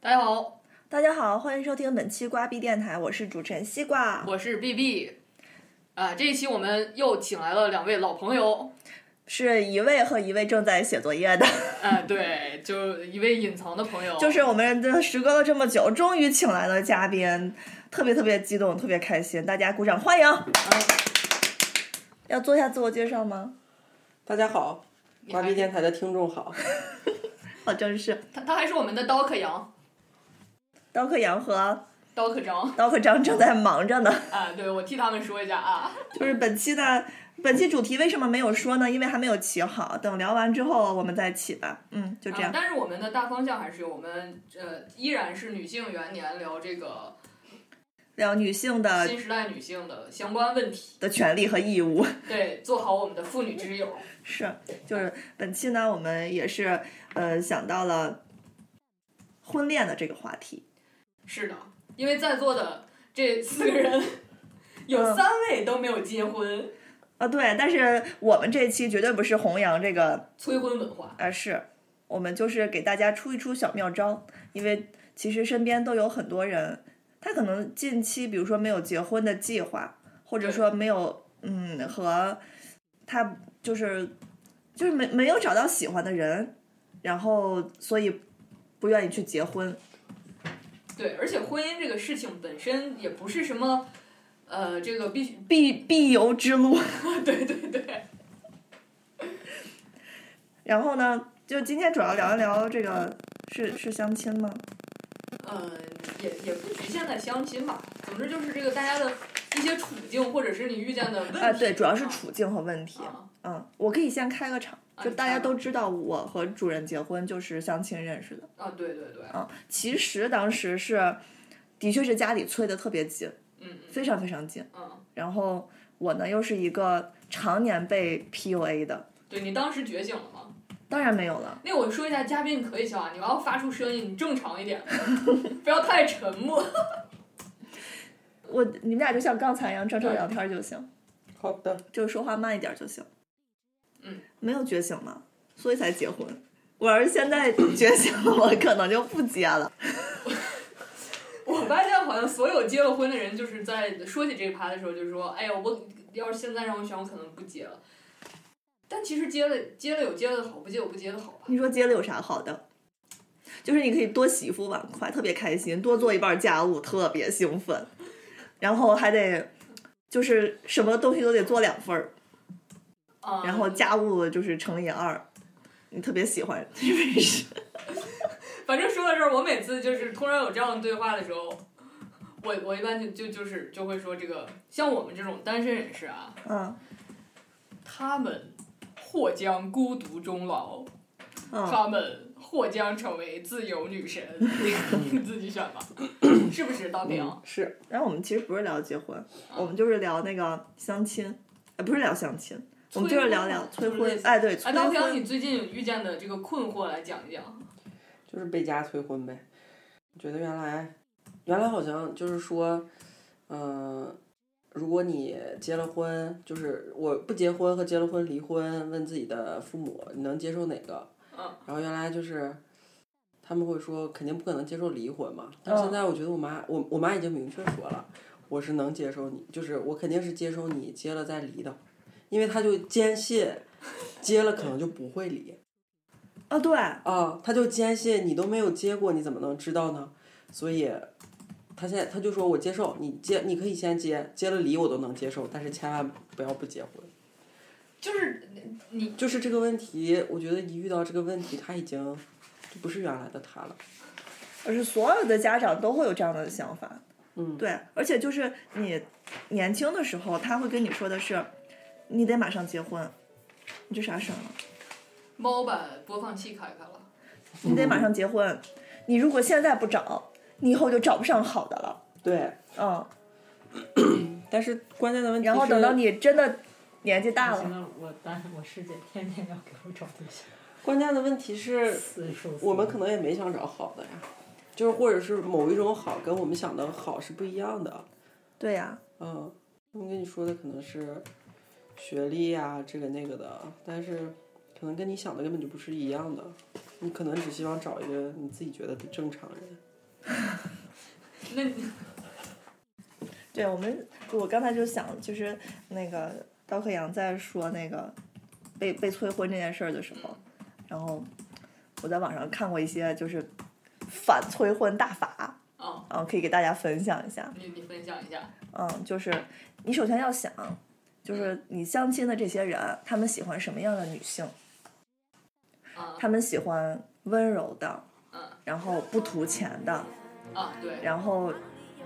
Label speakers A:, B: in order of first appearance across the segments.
A: 大家好，
B: 大家好，欢迎收听本期瓜逼电台，我是主持人西瓜。
A: 我是 BB。啊，这一期我们又请来了两位老朋友，
B: 是一位和一位正在写作业的，
A: 哎，对，就一位隐藏的朋友，
B: 就是我们这时隔了这么久，终于请来了嘉宾，特别特别激动，特别开心，大家鼓掌欢迎。要做一下自我介绍吗？
C: 大家好，
A: 还
C: 瓜逼电台的听众好，
B: 好，真是
A: 他他还是我们的刀客杨，
B: 刀客杨和
A: 刀客张，
B: 刀客张正在忙着呢。
A: 啊，对我替他们说一下啊，
B: 就是本期呢，本期主题为什么没有说呢？因为还没有起好，等聊完之后我们再起吧。嗯，就这
A: 啊
B: 样。
A: 但是我们的大方向还是我们呃依然是女性元年聊这个
B: 聊女性的
A: 新时代女性的相关问题，
B: 的权利和义务。
A: 对，做好我们的妇女之友，
B: 是，就是本期呢，我们也是呃想到了婚恋的这个话题。
A: 是的，因为在座的这四个 人。有
B: 嗯
A: 三位都没有结婚，
B: 啊，对，但是我们这期绝对不是弘扬这个，
A: 催婚文化。
B: 而是我们就是给大家出一出小妙招，因为其实身边都有很多人，他可能近期比如说没有结婚的计划，或者
A: 对
B: 说没有嗯和他就是就是没没有找到喜欢的人，然后所以不愿意去结婚，
A: 对，而且婚姻这个事情本身也不是什么，呃，这个必须，
B: 必必由之路。
A: 对对对，
B: 然后呢，就今天主要聊一聊这个是是相亲吗？
A: 呃，也也不局限在相亲吧。总之就是这个大家的一些处境，或者是你遇见的问题
B: 啊，对，主要是处境和问题。
A: 啊
B: 嗯，我可以先开个场，
A: 啊
B: 就
A: 你
B: 大
A: 开
B: 家
A: 吧
B: 都知道我和主任结婚就是相亲认识的。
A: 啊，对对对，
B: 嗯，其实当时是，的确是家里催的特别紧，
A: 嗯嗯
B: 非常非常紧。
A: 嗯，
B: 然后我呢又是一个常年被 PUA 的，
A: 对你当时觉醒了吗？
B: 当然没有了。
A: 那我说一下，嘉宾你可以笑啊，你要发出声音，你正常一点， 不要太沉默。
B: 我你们俩就像刚才一样正常聊天就行。
C: 好的，
B: 就是说话慢一点儿就行。
A: 嗯，
B: 没有觉醒嘛，所以才结婚。我要是现在 觉醒了，我可能就不结了。
A: 我发现好像所有结了婚的人，就是在说起这一趴的时候，就说：“哎呀，我要是现在让我选，我可能不结了。”但其实结了，结了有结了的好，不结有不结的好吧。
B: 你说结了有啥好的？就是你可以多洗一副碗筷，特别开心；多做一半家务，特别兴奋。然后还得就是什么东西都得做两份儿，
A: 啊、
B: 然后家务就是乘以二。你特别喜欢，是不是？
A: 反正说到这儿，我每次就是突然有这样的对话的时候，我我一般就就就是就会说这个，像我们这种单身人士啊，
B: 嗯
A: 他们或将孤独终老，
B: 嗯，
A: 他们或将成为自由女神， 你自己 选吧，是不是啊大平？
C: 嗯，是
B: 然后我们其实不是聊结婚，
A: 啊
B: 我们就是聊那个相亲，呃，不是聊相亲，我们
A: 催
B: 就是
A: 婚
B: 聊
A: 嘛
B: 聊催
A: 就是类
B: 婚，
A: 似
B: 哎，对，催
A: 哎，那我想
B: 婚，
A: 你最近遇见的这个困惑来讲一讲。
C: 就是被家催婚呗。我觉得原来，原来好像就是说，嗯、如果你结了婚，就是我不结婚和结了婚离婚，问自己的父母你能接受哪个？
A: 嗯
C: 然后原来就是。他们会说肯定不可能接受离婚嘛，但现在我觉得我妈我我妈已经明确说了，我是能接受你，就是我肯定是接受你结了再离的，因为她就坚信结了可能就不会离，
B: 啊，对，
C: 啊，他就坚信你都没有接过，你怎么能知道呢？所以，他现在他就说我接受你接，你可以先接，接了离我都能接受，但是千万不要不结婚。
A: 就是你，
C: 就是这个问题，我觉得一遇到这个问题，他已经就不是原来的他了。
B: 而是所有的家长都会有这样的想法，
C: 嗯，
B: 对，而且就是你年轻的时候，他会跟你说的是，你得马上结婚，你这啥声啊？
A: 猫把播放器开开了。
B: 你得马上结婚，你如果现在不找，你以后就找不上好的了，
C: 对，
B: 嗯，
C: 但是关键的问题是，
B: 然后等到你真的年纪大
D: 行
B: 了，
D: 了，我当我师姐天天要给我找对象，
C: 关键的问题是，
D: 四处
C: 我们可能也没想找好的呀，就是或者是某一种好跟我们想的好是不一样的。
B: 对呀、
C: 嗯，他们跟你说的可能是学历呀、这个那个的，但是可能跟你想的根本就不是一样的。你可能只希望找一个你自己觉得正常人。
A: 那你
B: 对我们，我刚才就想，就是那个刀客阳在说那个被被催婚这件事儿的时候，然后我在网上看过一些就是反催婚大法，
A: 哦，
B: 嗯，可以给大家分享一下。
A: 你你分享一下，
B: 嗯，就是你首先要想，就是你相亲的这些人，他们喜欢什么样的女性？
A: 啊
B: 他们喜欢温柔的，
A: 嗯
B: 然后不图钱的，
A: 啊对，
B: 然后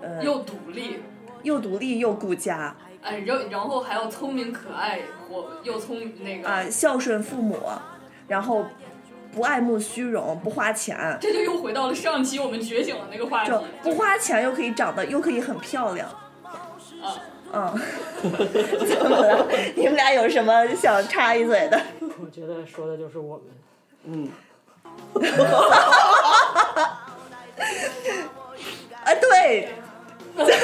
B: 呃
A: 又独立，
B: 又独立又顾家，
A: 哎，然然后还要聪明可爱，我又聪明那个，
B: 啊、孝顺父母，然后不爱慕虚荣，不花钱，
A: 这就又回到了上期我们觉醒的那个话题
B: 就，不花钱又可以长得又可以很漂亮。
A: 啊，
B: 嗯， 怎么了？你们俩有什么想插一嘴的？
D: 我觉得说的就是我们。
C: 嗯，
B: 啊，对，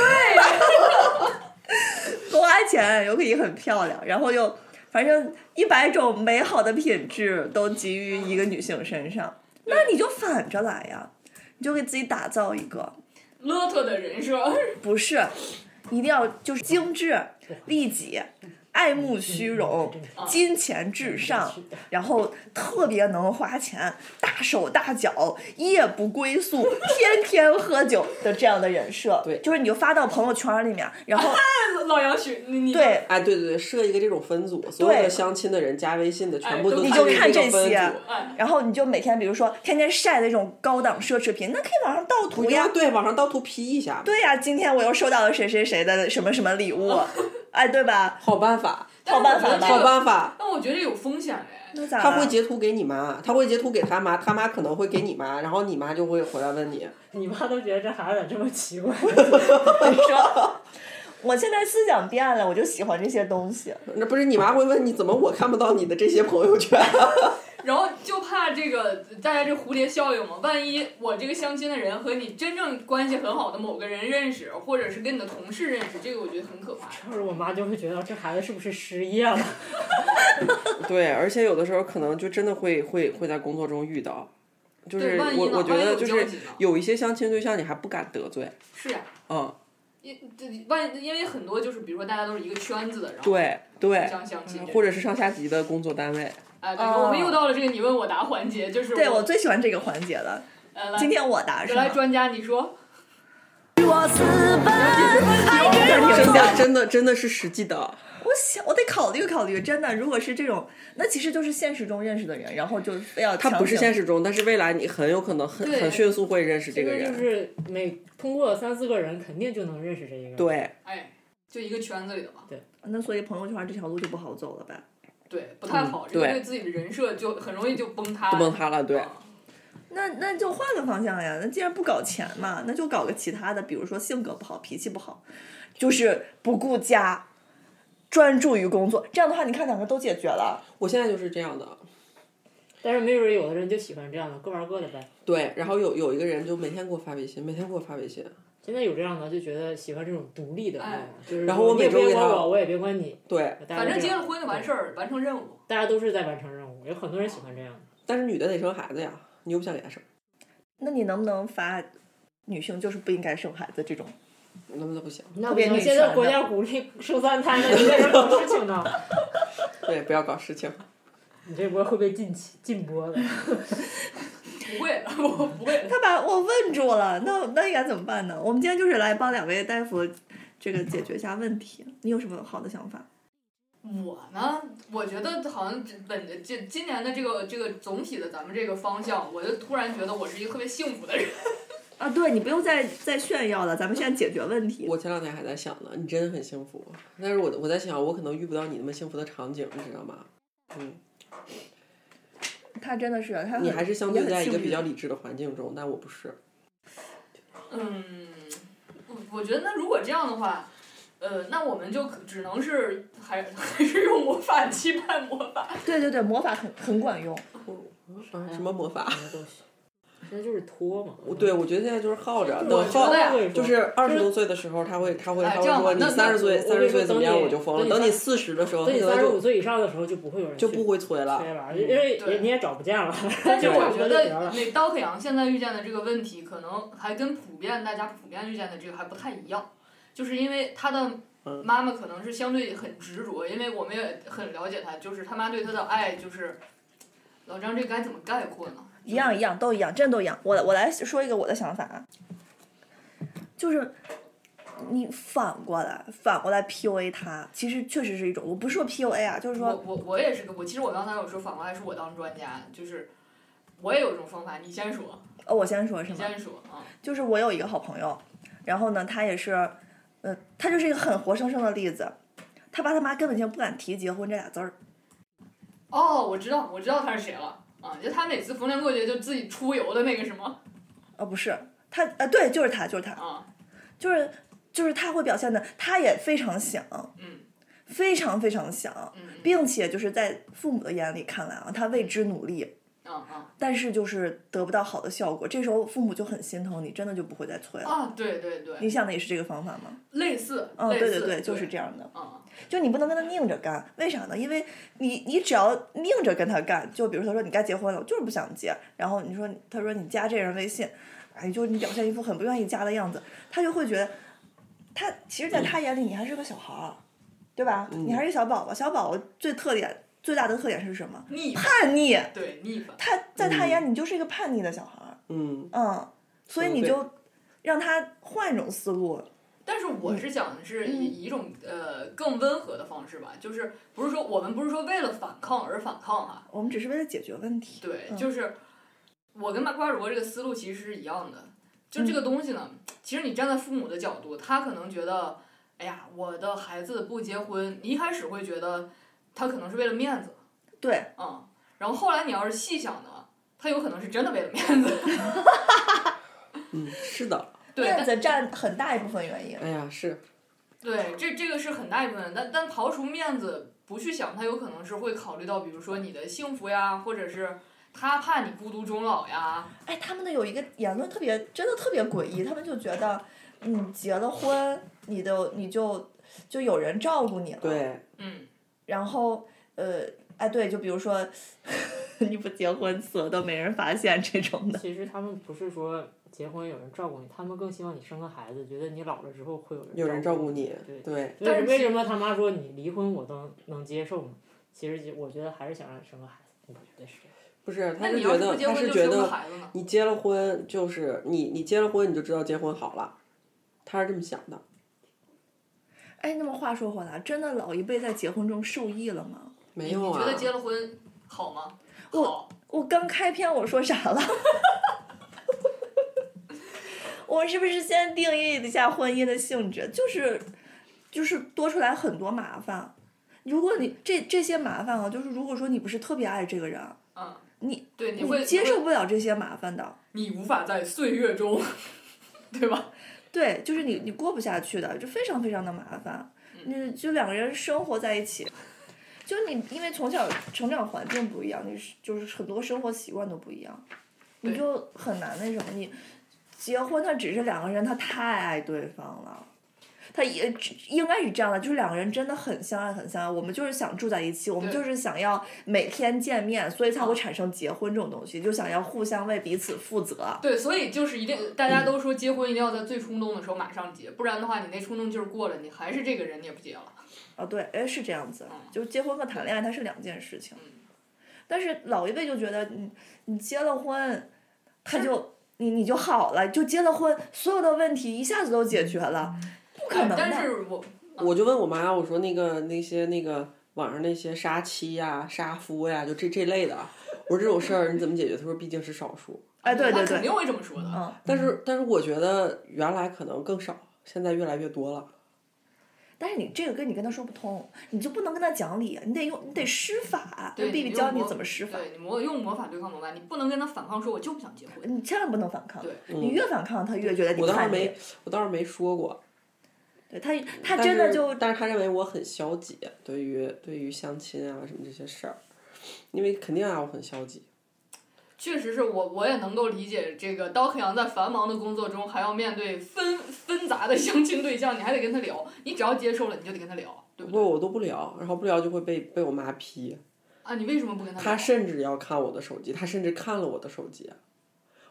B: 对，不花钱又可以很漂亮，然后又反正一百种美好的品质都集于一个女性身上，那你就反着来呀，你就给自己打造一个。
A: 邋遢的人设，
B: 不是，一定要就是精致、利己、爱慕虚
C: 嗯
B: 荣、金钱至上，然后特别能花钱、大手大脚、夜不归宿、天天喝酒的这样的人设。
C: 对
B: 就是你就发到朋友圈里面，然后
A: 老杨许你你
B: 对。
C: 哎，对对对，设一个这种分组，所有
B: 对
C: 的相亲的人加微信的
A: 哎
C: 全部
A: 都
C: 都
A: 你
B: 就
C: 进
B: 看
C: 这
B: 这
C: 个分
B: 些
C: 组。
A: 哎，
B: 然后你就每天，比如说天天晒的那种高档奢侈品，那可以往上盗
C: 我
B: 图
C: 觉
B: 呀
C: 得。对，网上盗图 P 一下，
B: 对呀、今天我又收到了谁谁谁的什么什么 礼物，哎，对吧？
C: 好办法，
A: 但是
B: 好
A: 我
B: 办法
A: 觉得
B: 吧
A: 这
C: 好
A: 个
C: 办法。
A: 但我觉得有风险哎，
B: 那咋了？
C: 他会截图给你妈，他会截图给他妈，他妈可能会给你妈，然后你妈就会回来问你，
D: 你妈都觉得这孩子咋这么奇怪？
B: 说，我现在思想变了，我就喜欢这些东西。
C: 那不是你妈会问你怎么我看不到你的这些朋友圈？
A: 然后就怕这个大家这蝴蝶效应嘛，万一我这个相亲的人和你真正关系很好的某个人认识，或者是跟你的同事认识，这个我觉得很可怕。
D: 要是我妈 就会觉得这孩子是不是失业了？
C: 对，而且有的时候可能就真的会会会在工作中遇到，就
A: 对
C: 是
A: 万一
C: 我
A: 呢
C: 我觉
A: 万一
C: 得
A: 有
C: 就
A: 交
C: 是
A: 集呢
C: 有一些相亲对象你还不敢得罪，
A: 是呀、
C: 嗯，
A: 因这万一因为很多就是比如说大家都是一个圈子的，然后
C: 对对嗯
A: 互，相相亲这种，
C: 或者是上下级的工作单位，
A: 哎，对，
B: 哦
A: 我们又到了这个你问我答环节，就是
B: 对，我最喜欢这个环节了。
A: 呃来
B: 今天我答是
A: 来
B: 吗？
A: 专家你说，
B: 我私 奔，还给我
C: 真的真的真的是实际的，
B: 我想我得考虑考虑，真的，如果是这种，那其实就是现实中认识的人，然后就非要
C: 他不是现
B: 实，
C: 实中，但是未来你很有可能很
A: 对
C: 很迅速会认识这
D: 这
C: 个
D: 个就
C: 人，
D: 是每通过三四个人，肯定就能认识这一个人。，
C: 对。
A: 哎，就一个圈子里的嘛，
B: 那所以朋友圈这条路就不好走了呗。
A: 对，不太好，
C: 嗯
A: 这个
C: 对
A: 对自己的人设就很容易就崩塌
C: 就
A: 了，
C: 崩塌了，对
A: 啊，
B: 那那就换个方向呀。那既然不搞钱嘛，那就搞个其他的，比如说性格不好、脾气不好，就是不顾家，专注于工作。这样的话，你看两个都解决了。
C: 我现在就是这样的，
D: 但是没准儿有的人就喜欢这样的，各玩各的呗。
C: 对。然后有有一个人就每天给我发微信，每天给我发微信，
D: 现在有这样的，就觉得喜欢这种独立的，
A: 哎
D: 就是
C: 然后我
D: 你也
C: 每周
D: 别
C: 给
D: 管
C: 他
D: 我，我也别管你，
C: 对。
D: 大家
A: 反
D: 都
A: 正
D: 这
A: 结
D: 样
A: 了婚就完事儿，完成任务。
D: 大家都是在完成任务，有很多人喜欢这样的。
C: 但是女的得生孩子呀，你又不想给她生，
B: 那你能不能发女性就是不应该生孩子这种？
C: 那那不行。
D: 那
B: 特
D: 不
B: 别
D: 行，
B: 女
D: 现
B: 权
D: 在国
B: 的
D: 家鼓励生三胎，那你在这 搞事情呢？
C: 对，不要搞事情。
D: 你这波会被禁起禁播的。
A: 不会， 我不会。
B: 他把我问住了，那那应该怎么办呢？我们今天就是来帮两位大夫这个解决一下问题。你有什么好的想法？
A: 我呢，我觉得好像本着这今年的这个这个总体的咱们这个方向，我就突然觉得我是一个特别幸福的人。
B: 啊，对你不用再再炫耀了，咱们现在解决问题。
C: 我前两天还在想呢，你真的很幸福。但是我我在想，我可能遇不到你那么幸福的场景，你知道吗？嗯，
B: 他真的是他很，
C: 你还是相
B: 也
C: 对
B: 很
C: 在一个
B: 幸运
C: 比较理智的环境中，但我不是。
A: 嗯，我我觉得那如果这样的话，呃，那我们就可只能是还还是用魔法 期盼魔法。哦
B: 对对对，魔法很很管用。
C: 嗯啊，什么魔法？
D: 什么东西？ 现在就是拖嘛。嗯
C: 我对，我觉得现在就是耗着，
A: 我觉
C: 等耗
A: 得呀
C: 就是二十多岁的时候，他会他会
A: 哎
C: 他会
A: 这样吧
C: 说你
A: 那那
C: 三十岁
D: 我
C: 三
D: 跟
C: 十
D: 你
C: 岁
D: 说
C: 怎么样
D: 等你
C: 我就疯了，
D: 等
C: 等
D: 你
C: 你四十的时候，
D: 所
C: 他
D: 以
C: 可能
D: 三十
C: 就
D: 五岁以上的时候就不会有人
C: 就
D: 去
C: 不会催了。
D: 催了，因为
A: 对
D: 你也找不见 了。
A: 但是
D: 就
A: 我觉
D: 觉
A: 得那刀客阳现在遇见的这个问题，可能还跟普遍大家普遍遇见的这个还不太一样，就是因为他的
C: 嗯
A: 妈妈可能是相对很执着，因为我们也很了解他，就是他妈对他的爱就是，老张这该怎么概括呢？
B: 一样一样都一样，真的都一样。我我来说一个我的想法啊，就是你反过来反过来 PUA 他，其实确实是一种，我不是说 PUA 啊，就是
A: 我
B: 说
A: 我我也是个，我其实我刚才有说反过来是我当专家，就是我也有这种方法，你先说，
B: 呃，我先说是
A: 你
B: 吗？
A: 先说啊，
B: 就是我有一个好朋友，然后呢，他也是，呃，他就是一个很活生生的例子。他爸他妈根本就不敢提结婚这俩字儿，
A: 哦，我知道我知道他是谁了啊，就他每次逢年过节就自己出游的那个什么
B: 呃，不是他，呃，对，就是他，就是他，
A: 啊，
B: 就是就是他会表现的，他也非常想，
A: 嗯
B: 非常非常想，
A: 嗯嗯
B: 并且就是在父母的眼里看来啊，他为之努力，
A: 啊啊。
B: 但是就是得不到好的效果，这时候父母就很心疼你，真的就不会再催了。
A: 啊，对对对，
B: 你想的也是这个方法吗？
A: 类似，
B: 嗯，
A: 类
B: 对
A: 似
B: 对对，就是这样的。
A: 啊，
B: 就你不能跟他拧着干，为啥呢？因为你你只要拧着跟他干，就比如他说你该结婚了，我就是不想结，然后你说他说你加这人微信，哎，就你表现一副很不愿意加的样子，他就会觉得，他其实，在他眼里你还是个小孩儿，对吧？
A: 嗯
B: 你还是个小宝宝，小宝宝最特点最大的特点是什么？
A: 逆反，
B: 叛逆，
A: 对逆反，
B: 他在他眼里你就是一个叛逆的小孩儿，
C: 嗯，
B: 嗯，所以
C: 嗯
B: 你
C: 对
B: 就让他换一种思路，
A: 但是我是想的是
B: 嗯
A: 以以一种呃更温和的方式吧，就是不是说我们不是说为了反抗而反抗哈，
B: 我们只是为了解决问题，
A: 对，
B: 嗯
A: 就是我跟瓜瓜主播这个思路其实是一样的，
B: 嗯
A: 就这个东西呢，其实你站在父母的角度，他可能觉得，哎呀，我的孩子不结婚，你一开始会觉得他可能是为了面子，
B: 对，
A: 嗯，然后后来你要是细想呢，他有可能是真的为了面子，
C: 嗯，是的，
A: 对，
B: 面
A: 但
B: 子占很大一部分原因。
C: 哎呀，是
B: 嗯
A: 对，这这个是很大一部分，但但刨除面子不去想，他有可能是会考虑到，比如说你的幸福呀，或者是他怕你孤独终老呀，
B: 哎，他们的有一个言论特别，真的特别诡异，他们就觉得你结了婚，你的你就就有人照顾你了，
C: 对，
A: 嗯，
B: 然后呃，哎对，就比如说 你不结婚死了都没人发现这种的，
D: 其实他们不是说结婚有人照顾你，他们更希望你生个孩子，觉得你老了之后会有人
C: 有人照顾
D: 顾
C: 你，
D: 对，
C: 对，
D: 但
A: 但
D: 是
A: 是
D: 为什么他妈说你离婚我都能接受呢？其实就我觉得还是想让你生个孩子，我觉得是这样。
C: 不是，他
A: 那
C: 是
A: 你
C: 觉
A: 要是不
C: 得
A: 结
C: 他
A: 婚
C: 是
A: 就
C: 觉
A: 生个
C: 得
A: 孩子呢？
C: 你结了婚就是你你结了婚你就知道结婚好了，他是这么想的，
B: 哎，那么话说回来，真的老一辈在结婚中受益了吗？
C: 没
A: 你
C: 有
A: 觉
C: 啊，
A: 得结了婚好吗？
B: 我
A: 好，
B: 我刚开篇我说啥了？ 我是不是先定义一下婚姻的性质？就是，就是多出来很多麻烦。如果你这这些麻烦啊，就是如果说你不是特别爱这个人，
A: 嗯，
B: 你
A: 对，你会
B: 你接
A: 你会
B: 受不了这些麻烦的。
A: 你无法在岁月中，对吧？
B: 对，就是你你过不下去的，就非常非常的麻烦。
A: 嗯
B: 你就两个人生活在一起，就你因为从小成长环境不一样，你是就是很多生活习惯都不一样，你
A: 对
B: 就很难那什么。你结婚，他只是两个人，他太爱对方了。他也只应该是这样的，就是两个人真的很相爱，很相爱。我们就是想住在一起，我们
A: 对
B: 就是想要每天见面，所以才会产生结婚这种东西，就想要互相为彼此负责。
A: 对，所以就是一定，大家都说结婚一定要在最冲动的时候马上结，不然的话你那冲动劲儿过了，你还是这个人，你也不结了。
B: 啊，对，哎，是这样子，就是结婚和谈恋爱它是两件事情
A: 嗯。
B: 但是老一辈就觉得你你结了婚，他
A: 嗯
B: 就你你就好了，就结了婚，所有的问题一下子都解决了，不可能的。
A: 嗯但是我
C: 我就问我妈，我说那个那些那个网上那些杀妻呀、杀夫呀，就这这类的，啊我说这种事儿你怎么解决？她说毕竟是少数，
B: 哎，对对
A: 他肯
B: 对，
A: 定会这么说的。
B: 嗯，
C: 但是但是我觉得原来可能更少，现在越来越多了。
B: 但是你这个跟你跟他说不通，你就不能跟他讲理，你得用你得施法，
A: 对
B: 让 B
A: 你
B: B
A: 用
B: 教你
A: 魔
B: 怎么施法，
A: 对你魔用魔法对抗魔法，你不能跟他反抗说我就不想结婚。
B: 你千万不能反抗
A: 对，
B: 你越反抗他越觉得你
C: 我倒是
B: 叛逆
C: 没，，我倒是没说过，
B: 对他他
C: 但
B: 真的
C: 是
B: 就
C: 但是她认为我很消极，对于对于相亲啊什么这些事儿，因为肯定啊我很消极，
A: 确实是我我也能够理解这个刀客阳在繁忙的工作中还要面对纷纷杂的相亲对象，你还得跟他聊，你只要接受了，你就得跟他聊，对
C: 不
A: 不
C: 过
A: 对？
C: 我都不聊，然后不聊就会被被我妈批。
A: 啊，你为什么不跟他
C: 她
A: 聊？
C: 甚至要看我的手机，她甚至看了我的手机。啊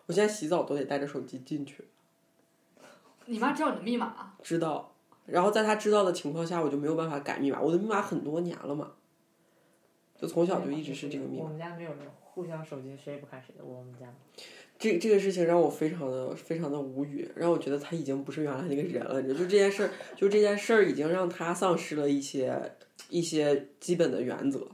C: 我现在洗澡都得带着手机进去，
A: 你妈知道你的密码，
C: 知道。然后在她知道的情况下，我就没有办法改密码。我的密码很多年了嘛，就从小就一直是这个啊密码
D: 我。们家没有人互相手机谁也不看谁的，我们家
C: 这这个事情让我非常的非常的无语，让我觉得他已经不是原来那个人了。你知道，就这件事儿，就这件事儿已经让他丧失了一些一些基本的原则。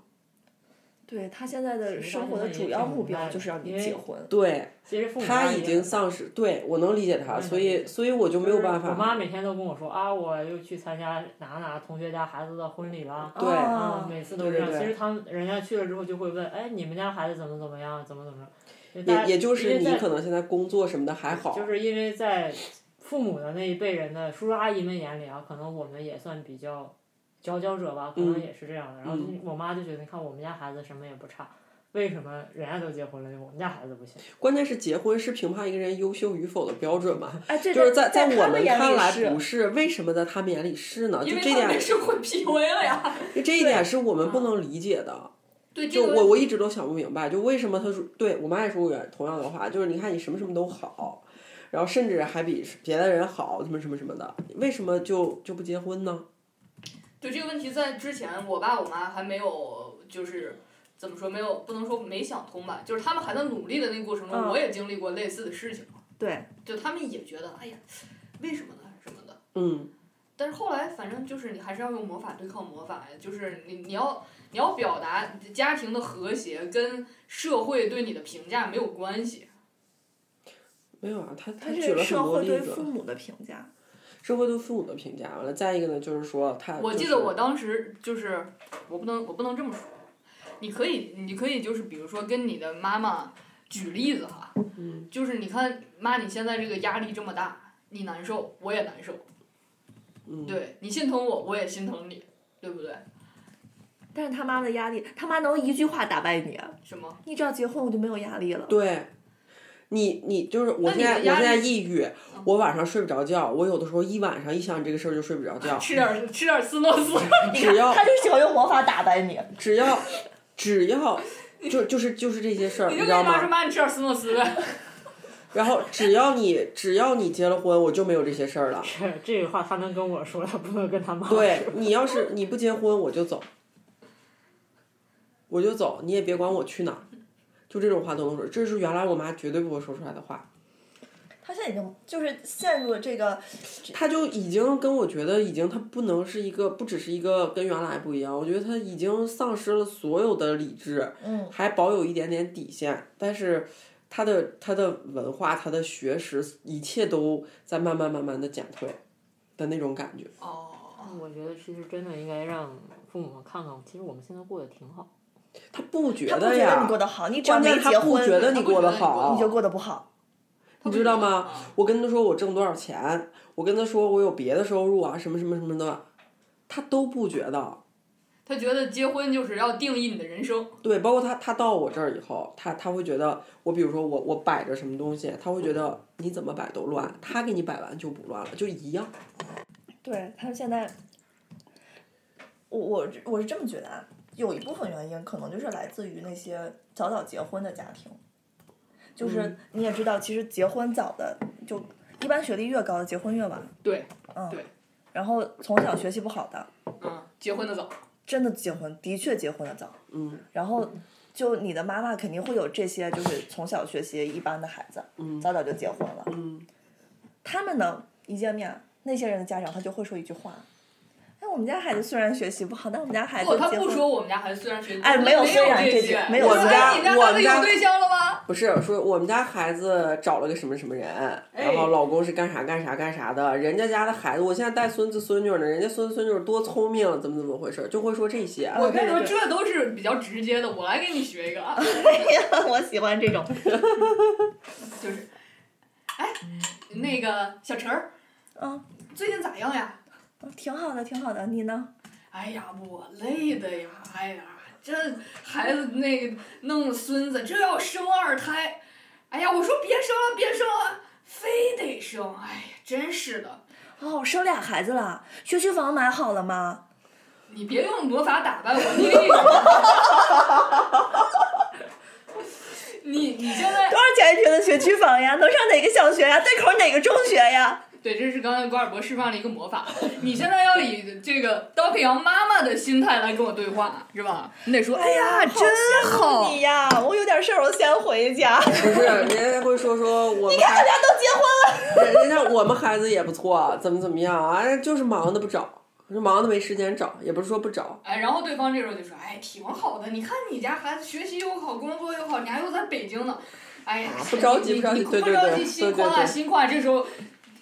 B: 对他现在的
D: 其实
B: 生活的
D: 他现在
B: 主
D: 也
B: 要
D: 挺
B: 目
D: 无奈
B: 标
D: 的
B: 就是让
D: 因
B: 你
D: 为
B: 结婚。
C: 对
D: 其实父母
C: 他
D: 妈也
C: 已经丧失，对我能理解他，
D: 我也能
C: 所
D: 理
C: 以
D: 解
C: 所以我就没有办
D: 我
C: 法。
D: 妈每天都跟我说啊，我又去参加哪哪同学家孩子的婚礼了。
C: 嗯对
D: 啊，
B: 啊，
D: 每次都这样。
C: 对对对
D: 其实他们人家去了之后就会问，哎，你们家孩子怎么怎么样，怎么怎么样？因为大家
C: 也也就
D: 因
C: 是
D: 为
C: 你
D: 在
C: 可能现在工作什么的还好
D: 就，是因为在父母的那一辈人的叔叔阿姨们眼里啊，可能我们也算比较佼佼者吧，可能
C: 嗯
D: 也是这样的。然后就我妈就觉得，你看我们家孩子什么也不差，为什么人家都结婚了，就我们家孩子不行？
C: 关键是结婚是评判一个人优秀与否的标准嘛？
B: 哎，这
C: 就是在
B: 在
C: 我
B: 他
C: 们
B: 眼
C: 看
B: 里
C: 来
B: 是
C: 不是，为什么在他们眼里是呢？就
A: 啊因为
C: 这
A: 他
C: 点
A: 们，是会 PUA 了呀。
C: 这一
B: 对
C: 点是我们不
A: 嗯
C: 能理解的。
A: 对这
C: 就
A: 个
C: 我我一直都想不明白，就为什么他说对我妈也说过原同样的话，就是你看你什么什么都好，然后甚至还比别的人好，什么什么什么的，为什么就就不结婚呢？
A: 对这个问题，在之前我爸我妈还没有就是怎么说没有不能说没想通吧，就是他们还在努力的那个过程中，
B: 嗯
A: 我也经历过类似的事情，
B: 对，
A: 就他们也觉得哎呀，为什么呢什么的。
C: 嗯，
A: 但是后来，反正就是你还是要用魔法对抗魔法呀，就是你你要你要表达家庭的和谐跟社会对你的评价没有关系。
C: 没有啊，他
B: 他
C: 他举
B: 是
C: 了很
B: 社
C: 多
B: 会
C: 例
B: 对
C: 子
B: 父，母的评价。
C: 社会对父母的评价，完了再一个呢，就是说他、
A: 我记
C: 啊就是
A: 得我当时就是我不能我不能这么说，你可以你可以就是比如说跟你的妈妈举例子哈，
C: 嗯
A: 就是你看妈，你现在这个压力这么大，你难受，我也难受，
C: 嗯，
A: 对你心疼我，我也心疼你，对不对？
B: 但是他妈的压力，他妈能一句话打败你，
A: 什
C: 啊
A: 么？
B: 你只要结婚我就没有压力了。
C: 对，你你就是我
A: 那
C: 现
A: 你
C: 在
A: 的
C: 我
A: 压
C: 现在
A: 力嗯
C: 抑郁，我晚上睡不着觉，我有的时候一晚上一想这个事儿就睡不着 觉，
A: 吃点儿吃点儿斯诺斯，
B: 你
C: 只要
B: 看，他就喜欢用魔法打败你。
C: 只要只要就就是就是这些事儿，
A: 你
C: 你
A: 就
C: 知
A: 跟
C: 道
A: 你妈
C: 吗
A: 说？妈，你吃点儿斯诺斯呗。
C: 然后只要你只要你结了婚，我就没有这些事儿了。
D: 这这个话他能跟我说，他不能跟他妈
C: 对
D: 说。
C: 你要是你不结婚，我就走，我就走，你也别管我去哪儿，就这种话都能说。这是原来我妈绝对不会说出来的话，
B: 他现在已经就是陷入了这个，
C: 她就已经跟我觉得已经她不能是一个不只是一个跟原来不一样，我觉得她已经丧失了所有的理智，
B: 嗯，
C: 还保有一点点底线，但是。她的她的文化，她的学识，一切都在慢慢慢慢的减退的那种感觉。
A: 哦，
C: 嗯
D: 我觉得其实真的应该让父母们看看，其实我们现在过得挺好。
C: 他不觉
B: 他不
C: 得
B: 觉得你
C: 呀，
B: 过得好，你只要
C: 关
B: 没
C: 键
B: 结
C: 他不
B: 婚，
C: 觉得
A: 他
C: 你
A: 不觉
C: 过
A: 得你过得
C: 得好，
B: 你就过得嗯不好。
A: 你
C: 知道吗？我跟他说我挣多少钱，我跟他说我有别的收入啊，什么什么什么的，他都不觉得。
A: 他觉得结婚就是要定义你的人生，
C: 对，包括他，他到我这儿以后，他他会觉得我，比如说我我摆着什么东西，他会觉得你怎么摆都乱，他给你摆完就不乱了，就一样。
B: 对他们现在，我我我是这么觉得啊，有一部分原因可能就是来自于那些早早结婚的家庭，就是
C: 嗯
B: 你也知道，其实结婚早的就一般学历越高的结婚越晚，
A: 对，
B: 嗯，
A: 对，
B: 然后从小学习不好的，
A: 嗯，结婚的早，
B: 真的结婚的确结婚的早，
C: 嗯
B: 然后就你的妈妈肯定会有这些，就是从小学习一般的孩子，
C: 嗯
B: 早早就结婚了，
C: 嗯，
B: 他们呢一见面，那些人的家长他就会说一句话。哎，我们家孩子虽然学习不好，但我们家孩子
A: 不，哦他
B: 哎结
A: 不
B: 婚
A: 说我们家孩子虽然学习，
B: 哎
A: 没
B: 没有虽然
A: 这
B: 这句没
C: 有
A: 我
C: 虽然
A: 你家
C: 我
A: 孩子
C: 们家
A: 有对象了吗？
C: 不是说我们家孩子找了个什么什么人，然
B: 哎
C: 后老公是干啥干啥干啥的，人家家的孩子，我现在带孙子孙女呢，人家孙子孙女多聪明，怎么怎么回事，就会说这些。
A: 我跟
B: 对
A: 你说，
B: 对
A: 这都是比较直接的，我来给你学一个啊。
B: 我喜欢这种。
A: 就是，哎，那个小陈儿，
B: 嗯，
A: 最近咋样呀？
B: 挺好的，挺好的。你呢？
A: 哎呀，我累的呀，哎呀，这孩子那个弄孙子，这要生二胎，哎呀，我说别生了，别生了，非得生，哎呀，真是的，
B: 哦，生俩孩子了，学区房买好了吗？
A: 你别用魔法打败我，你你 你你现在
B: 多少钱一平的学区房呀？能上哪个小学呀？对口哪个中学呀？
A: 对，这是刚才瓜尔博示范了一个魔法。你现在要以这个刀片羊妈妈的心态来跟我对话，是吧？你得说，哎呀，真
B: 羡慕
A: 好，
B: 你呀！我有点事儿，我先回家。
C: 不是，人家会说说我们
B: 你看
C: 孩
B: 大家都结婚了，
C: 人人家我们孩子也不错，怎么怎么样啊？哎就是忙的不找，是忙的没时间找，也不是说不找。
A: 哎，然后对方这时候就说，哎，挺好的，你看你家孩子学习又好，工作又好，你还又在北京呢，哎呀，
C: 啊不着急
A: 你
C: 不着急
A: 你
C: 对
A: 不
C: 对
A: 着
C: 对
A: 急，
C: 对
A: 心
C: 对
A: 宽啊，
C: 对
A: 心宽啊。这时候。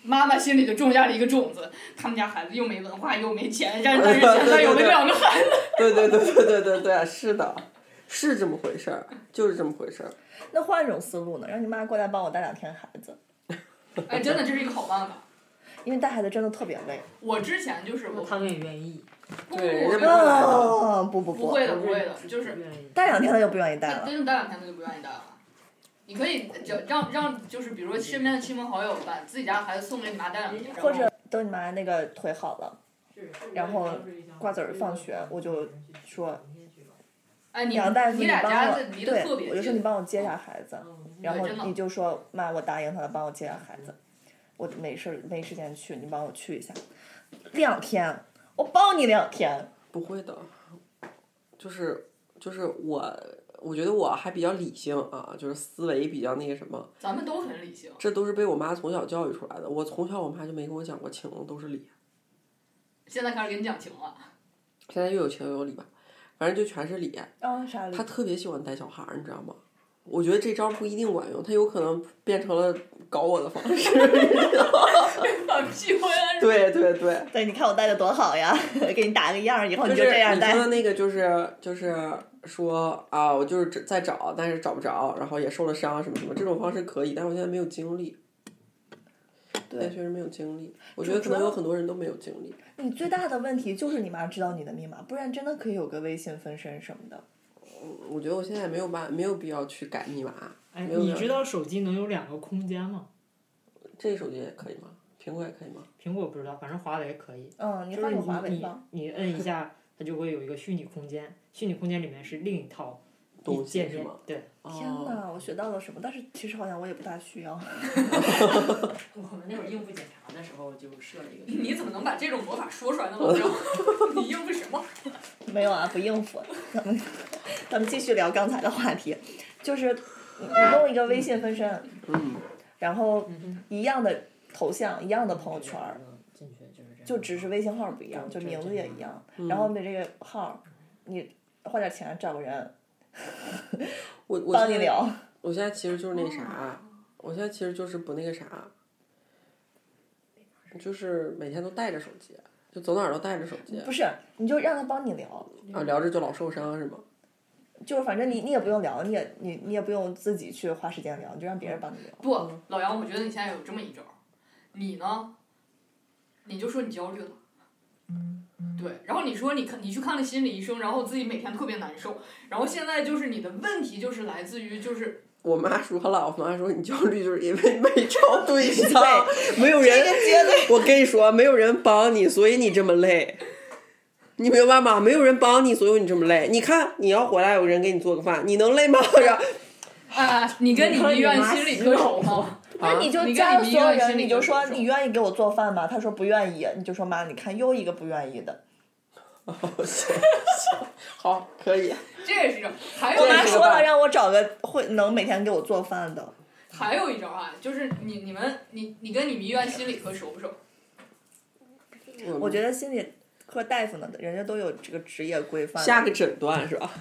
A: 妈妈心里就种下了一个种子，他们家孩子又没文化又没钱， 但是但是现在有了两个孩子，
C: 对 对对对对对对，是的，是这么回事儿，就是这么回事儿。
B: 那换一种思路呢？让你妈过来帮我带两天孩子，
A: 哎，真的这是一个好办法。
B: 因为带孩子真的特别 累。
A: 我之前就是我
D: 他们也愿意，
A: 不
C: 对人家
A: 不
C: 不来了
B: 哦，不不
A: 嗯不
B: 不，
A: 会的不会的，就是
D: 愿意。
B: 带两天他就不愿意带
A: 那
B: 了。
A: 真的待两天他就不愿意待了。你可以就让让就是比如说身边的亲朋好友把自己家孩子送给你妈带两天，然后
B: 或者等你妈那个腿好了，然后瓜子儿放学我就说，
A: 哎你
B: 杨大夫
A: 你俩
B: 帮
A: 家
B: 我
A: 子离得
B: 对
A: 特，别
B: 我就说你
A: 近，嗯
B: 帮我接一下孩
D: 嗯
B: 子，然后
A: 真的
B: 你就说妈，我答应他了，帮我接一下孩子，我没事儿没时间去，你帮我去一下，两天，我包你两天。
C: 不会的，就是就是我，我觉得我还比较理性啊，就是思维比较那个什么，
A: 咱们都很理性。
C: 这都是被我妈从小教育出来的。我从小我妈就没跟我讲过情都是理，
A: 现在开始给你讲情了，
C: 现在又有情又有理吧，反正就全是理。
B: 啊，啥理
C: 她？特别喜欢带小孩儿，你知道吗？我觉得这招不一定管用，她有可能变成了搞我的方式。
A: 把屁婚啊！
C: 对对对，
B: 对，你看我带的多好呀， 给你打个样儿，啊以后你
C: 就是
B: 就这样
C: 你说
B: 带
C: 的。那个就是就是说啊，我就是只在找，但是找不着，然后也受了伤什么什么，这种方式可以，但我现在没有精力。
B: 对
C: 但确实没有精力。我觉得可
B: 主要
C: 能有很多人都没有精力。
B: 你最大的问题就是你妈知道你的密码，不然真的可以有个微信分身什么的。
C: 我觉得我现在也没有办，没有必要去改密码。
D: 哎，
C: 没有
D: 你
C: 人
D: 知道手机能有两个空间吗？
C: 这手机也可以吗？苹果也可以吗？
D: 苹果不知道，反正华为可以。
B: 嗯，你
D: 就是
B: 换
D: 你
B: 个华为
D: 你
B: 吧。
D: 你摁一下，它就会有一个虚拟空间，虚拟空间里面是另一套一
C: 东
D: 界
C: 西是
D: 面
C: 吗？。
D: 对，
B: 天
C: 哦，
B: 哪，我学到了什么？但是其实好像我也不大需要。
D: 我们那会儿应付检查的时候就设了一
B: 嗯
D: 个
A: 你怎么能把这种魔法说出 来那么正？你应付什么？
B: 没有啊，不应付。咱们咱们继续聊刚才的话题，就是你你弄一个微信分身，
C: 嗯，
B: 然后
D: 嗯
B: 一样的头像，一样的朋友圈儿，，
D: 进去就是这样。
B: 就只是微信号不一样，就
D: 对
B: 名字也一样。
C: 嗯
B: 然后你这个号，你花点钱找个人
C: 我我
B: 帮
C: 现
B: 你
C: 在
B: 聊。
C: 我现在其实就是那啥，我现在其实就是不那个啥，就是每天都带着手机，就走哪儿都带着手机
B: 不是，你就让他帮你聊，
C: 啊，聊着就老受伤是吗？
B: 就是反正你你也不用聊，你也你你也不用自己去花时间聊，你就让别人帮你聊。
A: 不，老杨，我觉得你现在有这么一招儿，你呢，你就说你焦虑了，
B: 嗯
A: 对，然后你说你看你去看了心理医生，然后自己每天特别难受，然后现在就是你的问题就是来自于就是
C: 我妈说了，我妈说你焦虑就是因为 没找对象，没有
B: 这
C: 人
B: 个。结论
C: 我跟你说，没有人帮你，所以你这么累。你明白吗？没有人帮你，所以你这么累。你看，你要回来有人给你做个饭，你能累吗？然后
A: 啊，你跟
D: 你
A: 你
D: 和
A: 医
D: 你
A: 院
D: 妈
A: 心理
D: 洗
A: 科
D: 脑
A: 手吗？
B: 那你就
A: 啊你跟
B: 加了
A: 你
B: 所
A: 一
B: 有
A: 样心
B: 人，
A: 里
B: 你就
A: 就
B: 说
A: 是
B: 你愿意给我做饭吗？他说不愿意，你就说妈，你看又一个不愿意的。
C: 好，可以。
A: 这也是一招儿，还有
B: 我
A: 一
B: 妈
A: 招
B: 说
A: 儿，
B: 了，让我找个会能每天给我做饭的。
A: 还有一招儿啊，就是你你们你你跟你们医院心理科熟不熟？
C: 嗯
B: 我觉得心理科大夫呢，人家都有这个职业规范。
C: 下个诊断是吧？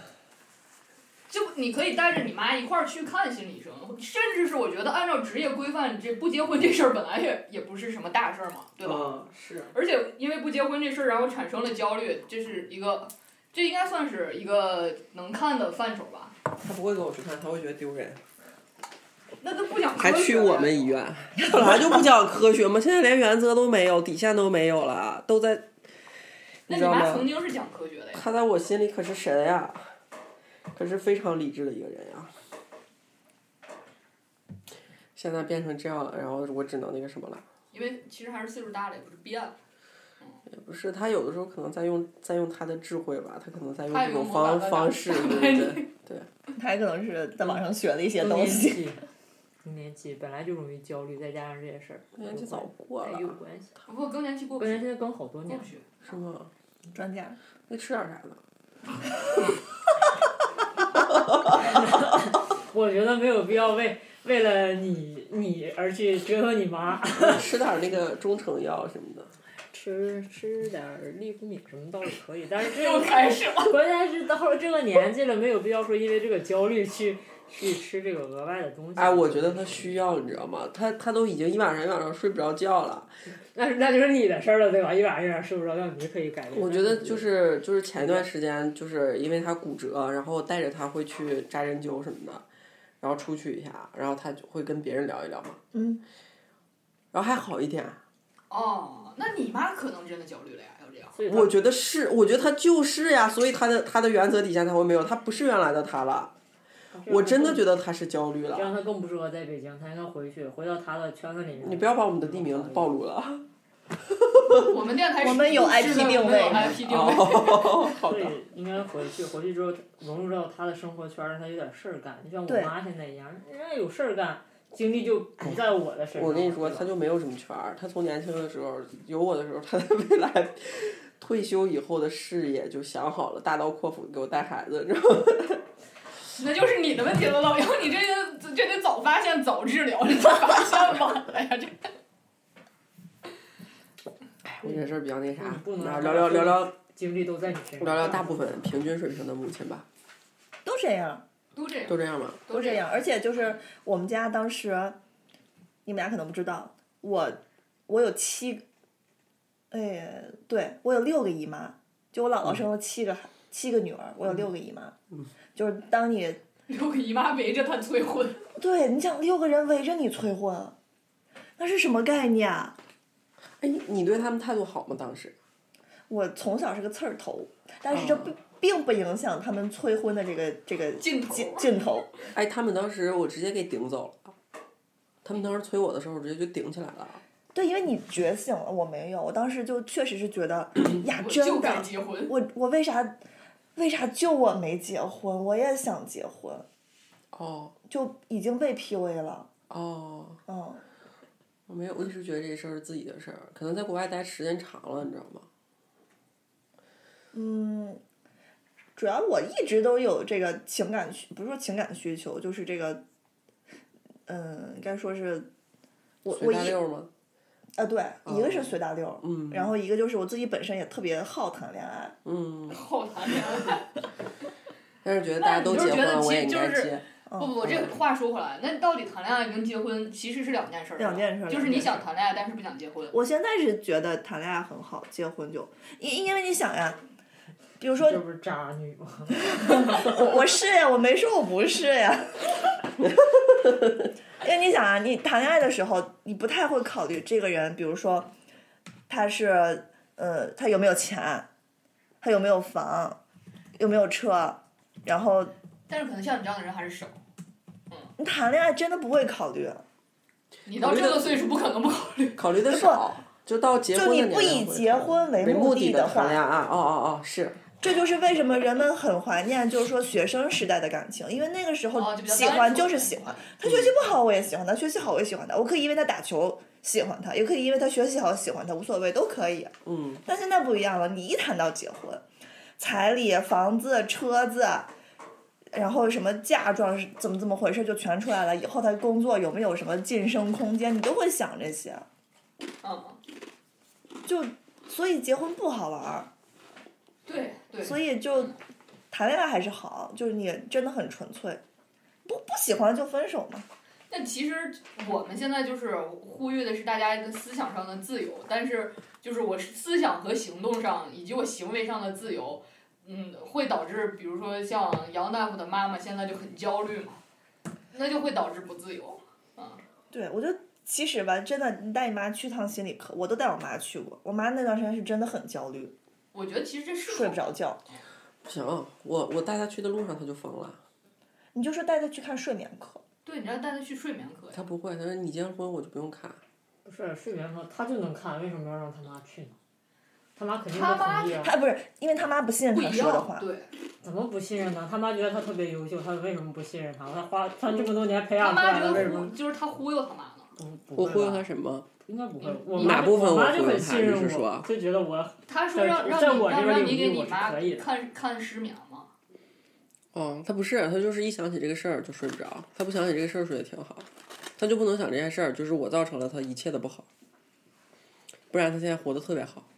A: 就你可以带着你妈一块儿去看心理医生，甚至是我觉得按照职业规范，这不结婚这事儿本来也也不是什么大事儿嘛，对吧？
C: 嗯，是。
D: 啊
A: 而且因为不结婚这事儿，然后产生了焦虑，这是一个，这应该算是一个能看的范畴吧？
C: 他不会跟我去看，他会觉得丢人。
A: 那都不讲
C: 还
A: 科学
C: 去我们医 院，本来就不讲科学嘛，现在连原则都没有，底线都没有了，都在，
A: 那你
C: 你知道
A: 妈
C: 吗
A: 曾？经是讲科学的呀？
C: 他在我心里可是神呀、可是非常理智的一个人呀、现在变成这样了，然后我只能那个什么了。
A: 因为其实还是岁数大了，也不是变了。
C: 也不是，他有的时候可能在用在用他的智慧吧，他可能在用
A: 他
C: 这
A: 有
C: 种
A: 魔法
C: 方
A: 的
C: 方
A: 感
C: 式，
A: 觉
C: 对对对。
B: 他也可能是在网上学了一
A: 嗯
B: 些
D: 更
B: 东
D: 年
B: 西。
D: 期，更年期本来就容易焦虑，再加上这些事儿，
C: 年纪
D: 有关
C: 早过
D: 哎
C: 了，
D: 有关系。
A: 不过更年期过不
D: 更年
A: 去，
D: 期更好多
A: 过
D: 年
A: 不，去。
C: 是吗？
B: 专家，
C: 那吃点啥呢？
D: 我觉得没有必要为为了你你而去折腾你妈，
C: 吃点那个中成药什么的。
D: 吃吃点儿利福敏什么倒是可以，但是这
A: 又
D: 个
A: 开始了。
D: 关键是到了这个年纪了，没有必要说因为这个焦虑去去吃这个额外的东西。
C: 哎，我觉得他需要，你知道吗？他他都已经一晚上一晚上睡不着觉了。
D: 那是那就是你的事儿了，对吧？一晚上一晚上睡不着觉，你就可以改变。
C: 我觉得就是就是前一段时间，就是因为他骨折，然后带着他会去扎针灸什么的，然后出去一下，然后他就会跟别人聊一聊嘛。
B: 嗯。
C: 然后还好一点，
A: 哦，那你妈可能真的焦虑了呀，要这 样。
D: 所以他
C: 我觉得是，我觉得他就是呀，所以他的他的原则底线他会没有，他不是原来的他了。我真的觉得他是焦虑
D: 这
C: 了。
D: 样他更不适合在北京，他应该回去，回到他的圈子里面。
C: 你不要把我们的地名暴露了。
A: 我们电台是
B: 我们有
A: 是的
B: IP 定
A: 我们
B: 位
A: 有 IP 定位。
C: 哦， 好的
D: 对。，应该回去，回去之后融入到他的生活圈儿，让他有点事儿干。就像
B: 对
D: 我妈现在一样，人家有事儿干，精力就不在我的身上。
C: 我跟你说，
D: 对吧
C: 他就没有什么圈儿。他从年轻的时候有我的时候，他在未来退休以后的事业就想好了，大刀阔斧地给我带孩子，然后
A: 那就是你的问题了，老杨，你这个这得早发现早治疗，你发现晚了呀，这
C: 我这事儿比较那啥
D: 嗯不。能
C: 那聊聊聊聊
D: 精力都在你身上。
C: 聊聊大部分平均水平的母亲吧，
B: 都这样，
A: 都这样，
C: 都这样吧。
B: 都这。样。而嗯且就是我们家当时，你们俩可能不知道，我我有七，哎，对我有六个姨妈，就我姥姥生了七个孩七个女儿，我有六个姨妈。就是当你
A: 六个姨妈围着他催婚，
B: 对你想六个人围着你催婚，那是什么概念啊？
C: 哎，你你对他们态度好吗？当时？
B: 我从小是个刺儿头，但是这并并不影响他们催婚的这个这个
A: 劲头
B: 劲劲头。
C: 哎，他们当时我直接给顶走了。他们当时催我的时候，我直接就顶起来了。
B: 对，因为你觉醒了，我没有，我当时就确实是觉得呀，
A: 我就
B: 真
A: 该
B: 的，
A: 结婚。
B: 我我为啥为啥就我没结婚？我也想结婚，
C: 哦
B: 就已经被 PUA 了，
C: 哦，
B: 嗯，
C: 我没有，我一直觉得这事儿是自己的事儿。可能在国外待时间长了，你知道吗？
B: 嗯主要我一直都有这个情感需，不是说情感需求，就是这个，嗯，应该说是。我我
C: 随大
B: 一
C: 溜吗？
B: 啊，对，一个是随大溜儿，
C: 嗯
B: 然后一个就是我自己本身也特别好谈恋爱，
C: 嗯。
A: 好谈恋爱。
C: 但是觉得大家都结婚了，我也应该
A: 那你就觉得其实
C: 结。
B: 哦
A: 不不，这话说回来，那到底谈恋爱跟结婚其实是两件事儿。
B: 两件事儿
A: 就是你想谈恋爱，但是不想结婚。
B: 我现在是觉得谈恋爱很好，结婚就因因为你想呀，比如说
D: 这不是渣女吗？
B: 我 我是呀，我没说我不是呀。 因为你想啊，你谈恋爱的时候，你不太会考虑这个人，比如说他是呃，他有没有钱，他有没有房，有没有车，然后
A: 但是可能像你这样的人还是少。
B: 你谈恋爱真的不会考虑，
A: 你到这个岁数，不可能不考虑。
C: 考虑的少，就到结婚
B: 就
C: 的
B: 你
C: 年龄
B: 不以
C: 会
B: 结婚为
C: 为目
B: 的
C: 的谈
B: 话
C: 恋，爱，哦哦哦，是
B: 这就是为什么人们很怀念，就是说学生时代的感情，因为那个时
A: 哦
B: 候
A: 就比较
B: 喜欢就是喜欢，他学习不好我也喜欢他，学习好我也喜欢他，我可以因为他打球喜欢他，也可以因为他学习好喜欢他，无所谓，都可以。
C: 嗯。
B: 但现在不一样了，你一谈到结婚，彩礼、房子、车子，然后什么嫁妆是怎么怎么回事就全出来了，以后他工作有没有什么晋升空间，你都会想这些，
A: 嗯，
B: 就所以结婚不好玩儿。
A: 对对。
B: 所以就谈恋爱还是好，就是你真的很纯粹，不不喜欢就分手嘛。
A: 但其实我们现在就是呼吁的是大家一个思想上的自由，但是就是我是思想和行动上以及我行为上的自由，嗯，会导致比如说像杨大夫的妈妈现在就很焦虑嘛，那就会导致不自由。
B: 对，我觉得其实吧，真的，你带你妈去趟心理课，我都带我妈去过。我妈那段时间是真的很焦虑，
A: 我觉得其实这是
B: 睡不着觉。
C: 不行，我我带他去的路上他就疯了。
B: 你就说带他去看睡眠课，
A: 对，你让带他去睡眠课呀。
C: 他不会，他说你结了婚我就不用看。
D: 不是睡眠课他就能看，为什么要让他妈去呢？他妈肯定
A: 他
D: 不
A: 妈
D: 同意啊！
B: 他不是因为他妈不信任
A: 不
B: 他
A: 一
B: 说的
A: 样，
B: 话，
A: 对，
D: 怎么不信任他？他妈觉得他特别优秀，他为什么不信任他？他花他这么多年培
A: 他
D: 养出
A: 妈
D: 来
A: 觉
D: 的，为什
A: 得
D: 么
A: 忽就是他忽悠他妈呢，
D: 不
C: 我
D: 不
C: 忽悠
D: 会
C: 他
D: 吧？
C: 什么？
D: 应该不会
A: 嗯。
D: 我
A: 哪
D: 妈
C: 部分
D: 我
C: 我
D: 妈
C: 忽
D: 就
C: 悠
D: 很
C: 他
D: 信
C: 你
D: 任
C: 是说
D: 我，就觉得我
A: 他说
D: 在
A: 让让
D: 在
A: 你
D: 我这
A: 让
D: 个
A: 让
D: 领
A: 你
D: 域
A: 给
D: 我
A: 你
D: 是
A: 妈
D: 可以的
A: 看看失眠嘛，
C: 哦，他不是，他就是一想起这个事儿就睡不着，他不想起这个事儿睡得挺好，他就不能想这件事儿，就是我造成了他一切的不好，不然他现在活得特别好。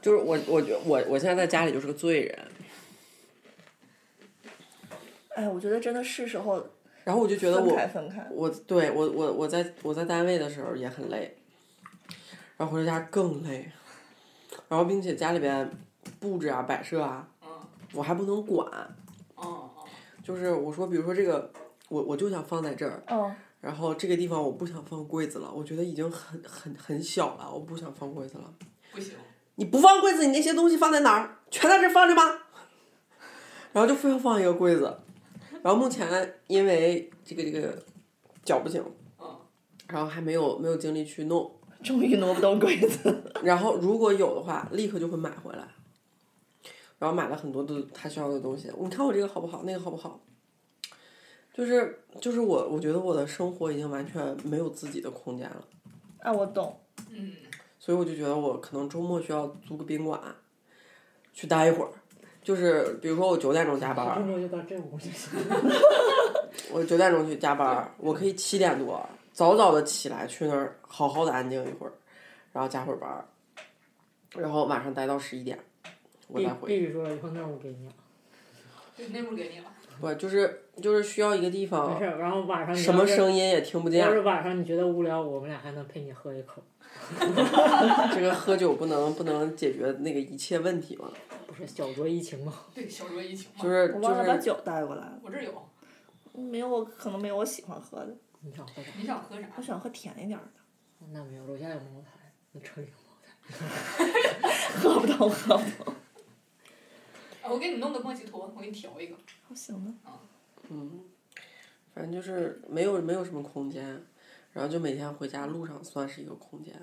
C: 就是我，我觉我我现在在家里就是个罪人，
B: 哎，我觉得真的是时候
C: 然后我就觉得
B: 分
C: 我
B: 开分开。
C: 我对我我我在我在单位的时候也很累，然后回到家更累，然后并且家里边布置啊摆设啊，
A: 嗯
C: 我还不能管，
A: 嗯嗯，
C: 就是我说比如说这个我我就想放在这儿，
B: 嗯，
C: 然后这个地方我不想放柜子了，我觉得已经很很很小了，我不想放柜子了。
A: 不行，
C: 你不放柜子，你那些东西放在哪儿？全在这儿放着吗？ 然后就非要放一个柜子，然后目前因为这个这个脚不行，
A: 嗯
C: 然后还没有没有精力去弄。
B: 终于挪不动柜子。
C: 然后如果有的话，立刻就会买回来。然后买了很多的他需要的东西，你看我这个好不好，那个好不好？就是就是我，我觉得我的生活已经完全没有自己的空间了，
B: 啊，我懂。
A: 嗯，
C: 所以我就觉得我可能周末需要租个宾馆，去待一会儿。就是比如说我九点钟加班
D: 中
C: 儿，
D: 国就到这屋就行。
C: 我九点钟去加班儿，我可以七点多早早的起来去那儿好好的安静一会儿，然后加会儿班儿，然后晚上待到十一点，我
D: 必
C: 再回。
D: 必须说以后那屋给你，
A: 对，那屋给你了，
C: 不就是就是需要一个地
D: 没
C: 方
B: 哦
D: 事，，然后晚上你
C: 什
D: 要
C: 么
D: 是
C: 声音也听不见
D: 要。是晚上你觉得无聊，我们俩还能陪你喝一口。
C: 这个喝酒不能不能解决那个一切问题嘛？
D: 不是小酌怡情吗？
A: 对，小酌怡情嘛
C: 就，是
B: 我
C: 就
B: 忘了把
C: 是
B: 酒带过来了，
A: 我这儿有，
B: 没有我可能没有我喜欢喝的，
D: 你想喝啥？
A: 你想喝啥
B: 我？喜欢喝甜一点儿的，
D: 那没有，楼下有茅台，你盛一个茅台。
B: 喝不到喝不到。
A: 啊我给你弄个莫吉托，我给你调一个，
B: 好哦行的，
C: 嗯，反正就是没有没有什么空间，然后就每天回家路上算是一个空间。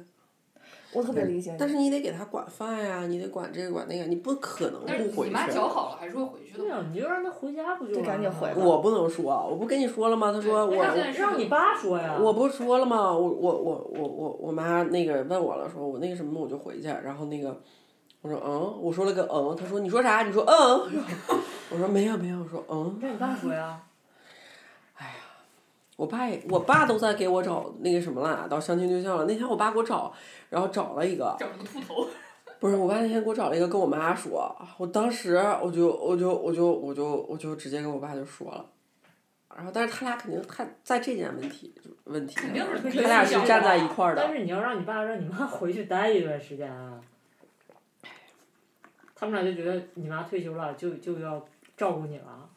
B: 我特别理解你。
C: 但是你得给他管饭呀，你得管这个管那个，你不可能
A: 但是
C: 不回
A: 你
C: 去。啊
A: 妈调好了还是会回去
D: 对啊
A: 的。
D: 呀，你就让他回家不就
B: 就
D: 完了
B: 赶紧
D: 吗
B: 回吧
C: 我不能说，我不跟你说了吗？他说
A: 对
C: 我
A: 那
C: 我
A: 现在是
D: 让你爸说呀。
C: 我不说了吗？我我我我我我妈那个问我了，说我那个什么我就回去，然后那个我说嗯，我说了个嗯，她说你说啥？你说嗯， 然后我说没有没有，我说嗯，
D: 让你爸说呀。
C: 我爸也我爸都在给我找那个什么了，到相亲对象了。那天我爸给我找，然后找了一个，
A: 找了个秃头，
C: 不是我爸那天给我找了一个，跟我妈说，我当时我就我就我就我就我就直接跟我爸就说了。然后，但是他俩肯定他在这件问题问题上，
A: 肯定是
C: 他俩是站在一块儿的。
D: 但是你要让你爸让你妈 回去待一段时间啊，他们俩就觉得你妈退休了就就要照顾你了，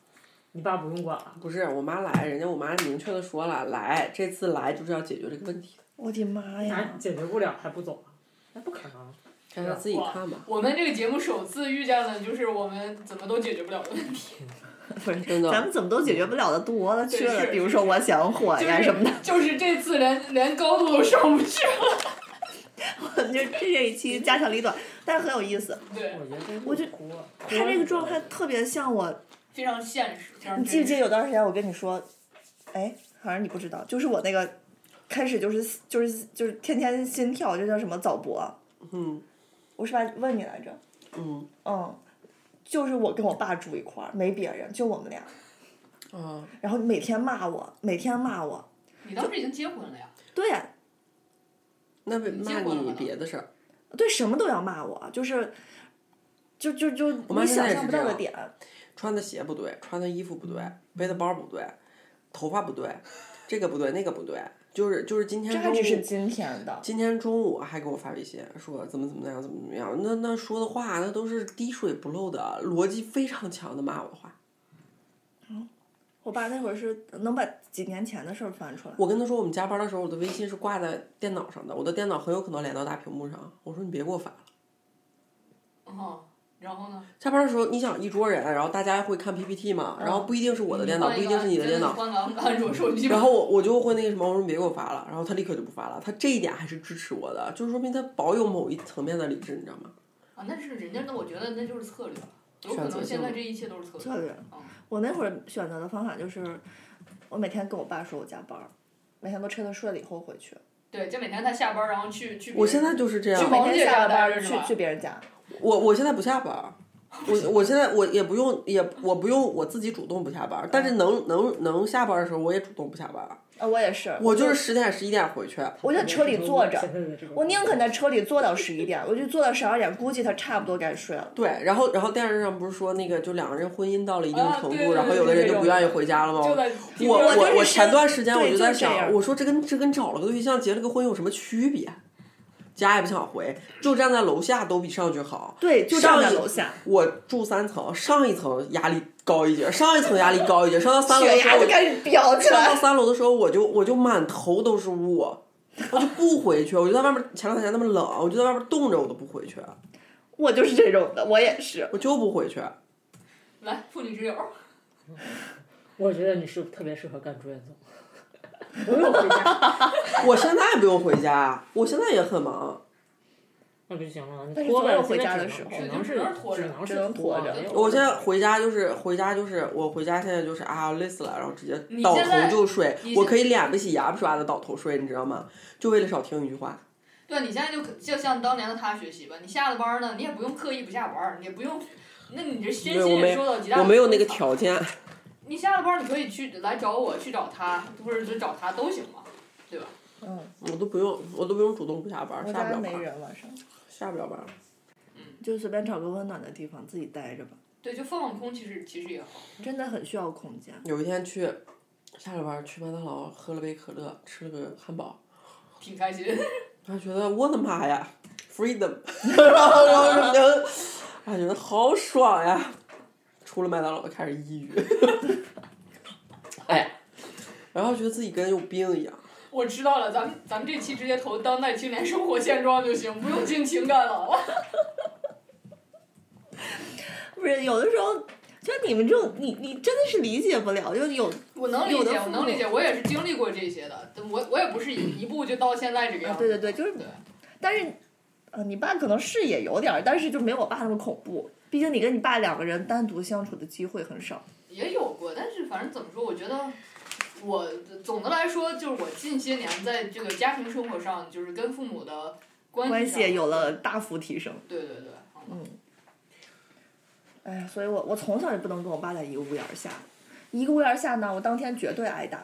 D: 你爸不用管了。
C: 不是我妈来，人家我妈明确的说了，来这次来就是要解决这个问题的，
B: 我的妈
D: 咱
B: 哎呀！
D: 解决不了还不走啊？那不可能。
C: 让她自己看吧。
A: 我们这个节目首次遇见了就是我们怎么都解决不了的问题，
B: 不是，
C: 真的
B: 咱们怎么都解决不了的多了去
A: 对
B: 了，
A: 是
B: 比如说我想火
A: 就
B: 呀什么的。
A: 是就是这次连连高度都上不去，
B: 就这一期家长里短，但是很有意思。
A: 对，
D: 我觉得
B: 我就
D: 就哭了。
B: 他这个状态特别像我
A: 非常现实，非常
B: 你记不
A: 真
B: 记得
A: 实。
B: 有段时间我跟你说，哎，好像你不知道，就是我那个开始就是就是就是天天心跳，就叫什么早搏，
C: 嗯
B: 我是吧？问你来着，
C: 嗯
B: 嗯，就是我跟我爸住一块儿，没别人，就我们俩，
C: 啊，
B: 然后每天骂我，每天骂我，
A: 你当时已经结婚了呀？
B: 对
C: 那为
A: 结
C: 骂
A: 果了
C: 你
A: 吗
C: 别的事儿，
B: 对，什么都要骂我，就是。就就就
C: 我妈
B: 你
C: 现
B: 想
C: 在也
B: 象
C: 是
B: 不
C: 这
B: 到的
C: 样
B: 点，
C: 穿的鞋不对，穿的衣服不对，背的包不对，头发不对，这个不对那个不对，就是就是今
B: 这
C: 天
B: 还
C: 中
B: 只是
C: 午。
B: 今天的。
C: 今天中午还给我发微信说怎么怎么样怎么怎么样，那那说的话那都是滴水不漏的，逻辑非常强的骂我的话。
B: 我爸那会儿是能把几年前的事儿翻出来。
C: 我跟他说我们加班的时候，我的微信是挂在电脑上的，我的电脑很有可能连到大屏幕上。我说你别给我发了。
A: 哦，然后呢？
C: 下班的时候，你想一桌人，然后大家会看 PPT 嘛，然后不一定是我的电脑，
A: 换
C: 不一
A: 一
C: 定是你的
A: 个
C: 电脑，
A: 换个安卓手机吧。
C: 然后我我就会那个什么，我说你别给我发了，然后他立刻就不发了。他这一点还是支持我的，就是说明他保有某一层面的理智，你知道吗？
A: 啊，那是人家，那我觉得那就是策略，有可
C: 选择
A: 能
C: 性
A: 现在
C: 的
A: 这一切都是策略。
B: 策略
A: 嗯。
B: 我那会儿选择的方法就是，我每天跟我爸说我加班儿，每天都趁他睡了以后回去。
A: 对，就每天他下班儿，然后去去别人。
C: 我现在就是这样
A: 就，
B: 每
A: 王
B: 天
A: 姐
B: 下
A: 家
B: 了班
A: 待
B: 儿
A: 着是
B: 去
A: 吧
B: 去别人家，
C: 我我现在不下班儿，我我现在我也不用也我不用我自己主动不下班儿，但是能能能下班儿的时候我也主动不下班儿，
B: 啊，我也是，
C: 我就是十点十一点回去。
B: 我就在车里坐着，我宁可
D: 在
B: 在车里坐到十一点，我就坐到十二点，估计他差不多该睡了。
C: 对，然后然后电视上不是说那个就两个人婚姻到了一定
A: 啊
C: 程
A: 对
C: 度，
A: 对
C: 然后
A: 对
C: 有的
A: 对
C: 人就
A: 有
C: 不
A: 的
C: 愿意回家了吗？
A: 就在听
C: 我
A: 着
B: 我就是
C: 我前
B: 身
C: 段时间我
B: 对
C: 就在
B: 就是这
C: 想，
B: 样
C: 我说这跟这跟找了个对象结了个婚有什么区别？家也不想回，就站在楼下都比上去好。
B: 对，就
C: 上
B: 站在
C: 一
B: 楼下，
C: 我住三层，上一层压力高一截，上一层压力高一截，上到三楼的
B: 血
C: 时
B: 压
C: 候，
B: 就
C: 我
B: 开始飙起
C: 上到
B: 来。
C: 三楼的时候，我就我就满头都是雾，我就不回去，我就在外面。前两天那么冷，我就在外面冻着，我都不回去，
B: 我就是这种的，我也是。
C: 我就不回去。
A: 来妇女之友，
D: 我觉得你是特别适合干朱彦宗，不用回家，
C: 我现在不用回家，我现在也很忙。
D: 那就行了。
B: 但
D: 你
B: 是
D: 拖
B: 总
D: 呗，
B: 有回
D: 现在
B: 家
D: 只
B: 的
D: 能
B: 时候
D: 只能
A: 只能拖着
B: 只
D: 是只能是
B: 能拖
D: 着
B: 着。
D: 没有
C: 我现在回家就是回家就是我回家现在就是啊累死了，然后直接
A: 你
C: 倒
A: 现
C: 头
A: 在
C: 就睡
A: 你，
C: 我
A: 现
C: 可以脸不洗牙不刷的倒头睡，你知道吗？就为了少听一句话。
A: 对，你现在就可就像当年的他学习吧，你下了班儿呢，你也不用刻意不下班儿，你也不用，那你这身
C: 对我
A: 心
C: 没
A: 也受到极大
C: 我
A: 的
C: 没有那个
A: 摧残
C: 条件，
A: 你下了班儿你可以去来找我，去找他，或者是找他都行嘛。
B: 嗯，
C: 我都不用，我都不用主动不下班，
B: 我
C: 下
B: 家
C: 不了
B: 没
C: 班，
B: 人晚上，
C: 下不了班。
B: 就随便找个温暖的地方自己待着吧，
A: 对，就放放空，其实其实也好。
B: 真的很需要空间。
C: 有一天去下了班去麦当劳喝了杯可乐，吃了个汉堡，
A: 挺开心，
C: 他觉得我的妈呀，freedom，然后然后什么的，啊觉得好爽呀。出了麦当劳开始抑郁，哎，然后觉得自己跟有病一样。
A: 我知道了，咱们咱们这期直接投当代青年生活现状就行，不用进情感了。
B: 不是有的时候，就你们这种，你你真的是理解不了，就有
A: 我能理
B: 有的
A: 解，我
B: 父
A: 能理
B: 母
A: 解，我也是经历过这些的，我我也不是一一步就到现在这个样
B: 啊，
A: 子。
B: 对对对，就是
A: 对，
B: 但是，呃，你爸可能是也有点儿，但是就没有我爸那么恐怖。毕竟你跟你爸两个人单独相处的机会很少。
A: 也有过，但是反正怎么说，我觉得我总的来说就是我近些年在这个家庭生活上，就是跟父母的关
B: 关
A: 系上
B: 系有了大幅提升。
A: 对对对，嗯
B: 哎呀，所以我我从小就不能跟我爸在一个屋檐儿下，一个屋檐儿下呢，我当天绝对挨打。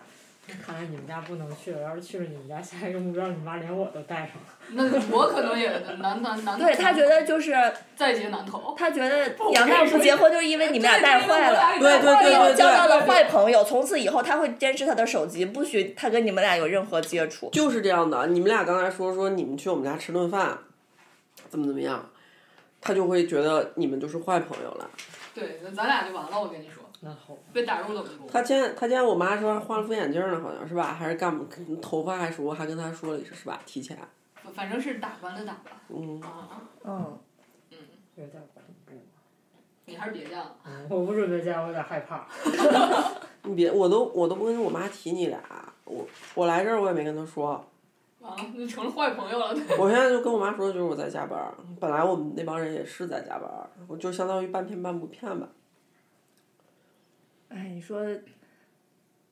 D: 看来你们家不能去了，要是去了你们家，下一个目标你妈连我都带上了。
A: 那我可能也难难难，
B: 对他觉得就是
A: 在劫难逃。
B: 他觉
A: 啊不
B: 得
A: 我
B: 杨
A: 跟
B: 大
A: 你
B: 不
A: 说
B: 结婚就是因为你们俩带坏了。
C: 对对
B: 因
C: 对
B: 为
C: 对
B: 交到了
A: 对
B: 坏朋友，从此以后他会监视他的手机，不许他跟你们俩有任何接触。
C: 就是这样的，你们俩刚才说说你们去我们家吃顿饭，怎么怎么样，他就会觉得你们就是坏朋友了。
A: 对，那咱俩就完了，我跟你说，
D: 那好，
A: 被打入冷宫。
C: 他见他见我妈说还换了副眼镜呢，好像是吧？还是干嘛？头发还说还跟他说了一声是吧？提前，
A: 反正是打完了打吧。
C: 嗯，
A: 啊，
B: 嗯，
D: 有点恐怖。
A: 你还是别嫁了。
D: 嗯我不准备加，我有点害怕。
C: 你别我都我都不跟我妈提你俩，我我来这儿我也没跟她说，
A: 完了，那啊成了坏朋友了。
C: 我现在就跟我妈说就是我在加班儿，本来我们那帮人也是在加班儿，我就相当于半骗半不骗吧。
B: 哎，你说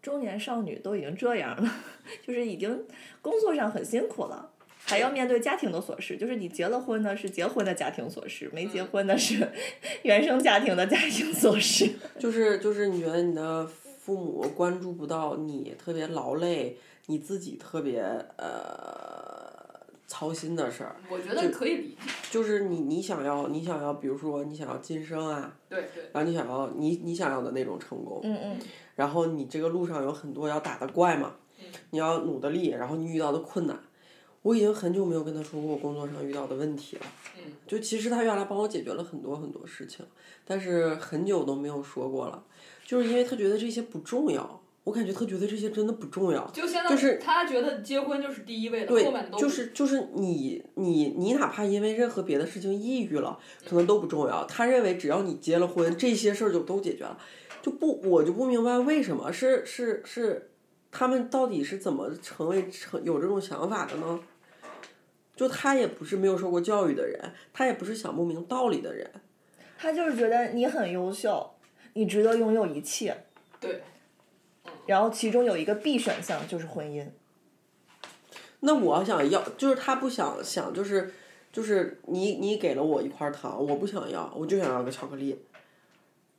B: 中年少女都已经这样了， 就是已经工作上很辛苦了，还要面对家庭的琐事。就是你结了婚呢，是结婚的家庭琐事；没结婚呢，是 原生家庭的家庭琐事。
C: 就是就是你觉得你的父母关注不到你，特别劳累，你自己特别呃操心的事儿，
A: 我觉得可以理解。
C: 就是你你想要你想要，比如说你想要晋升啊，
A: 对对，
C: 然后你想要你你想要的那种成功，
B: 嗯嗯，
C: 然后你这个路上有很多要打的怪嘛，你要努的力，然后你遇到的困难，我已经很久没有跟他说过我工作上遇到的问题了。
A: 嗯，
C: 就其实他原来帮我解决了很多很多事情，但是很久都没有说过了，就是因为他觉得这些不重要，我感觉他觉得这些真的不重要。
A: 就现在
C: 就是
A: 他觉得结婚就是第一位的，
C: 对
A: 后面的都
C: 就
A: 不
C: 是就是你你你哪怕因为任何别的事情抑郁了，可能都不重要。他认为只要你结了婚，这些事儿就都解决了，就不我就不明白为什么是是是，他们到底是怎么成为成有这种想法的呢？就他也不是没有受过教育的人，他也不是想不明道理的人，
B: 他就是觉得你很优秀，你值得拥有一切。
A: 对。
B: 然后其中有一个 B 选项就是婚姻，
C: 那我想要，就是他不想想，就是就是你你给了我一块糖，我不想要，我就想要个巧克力。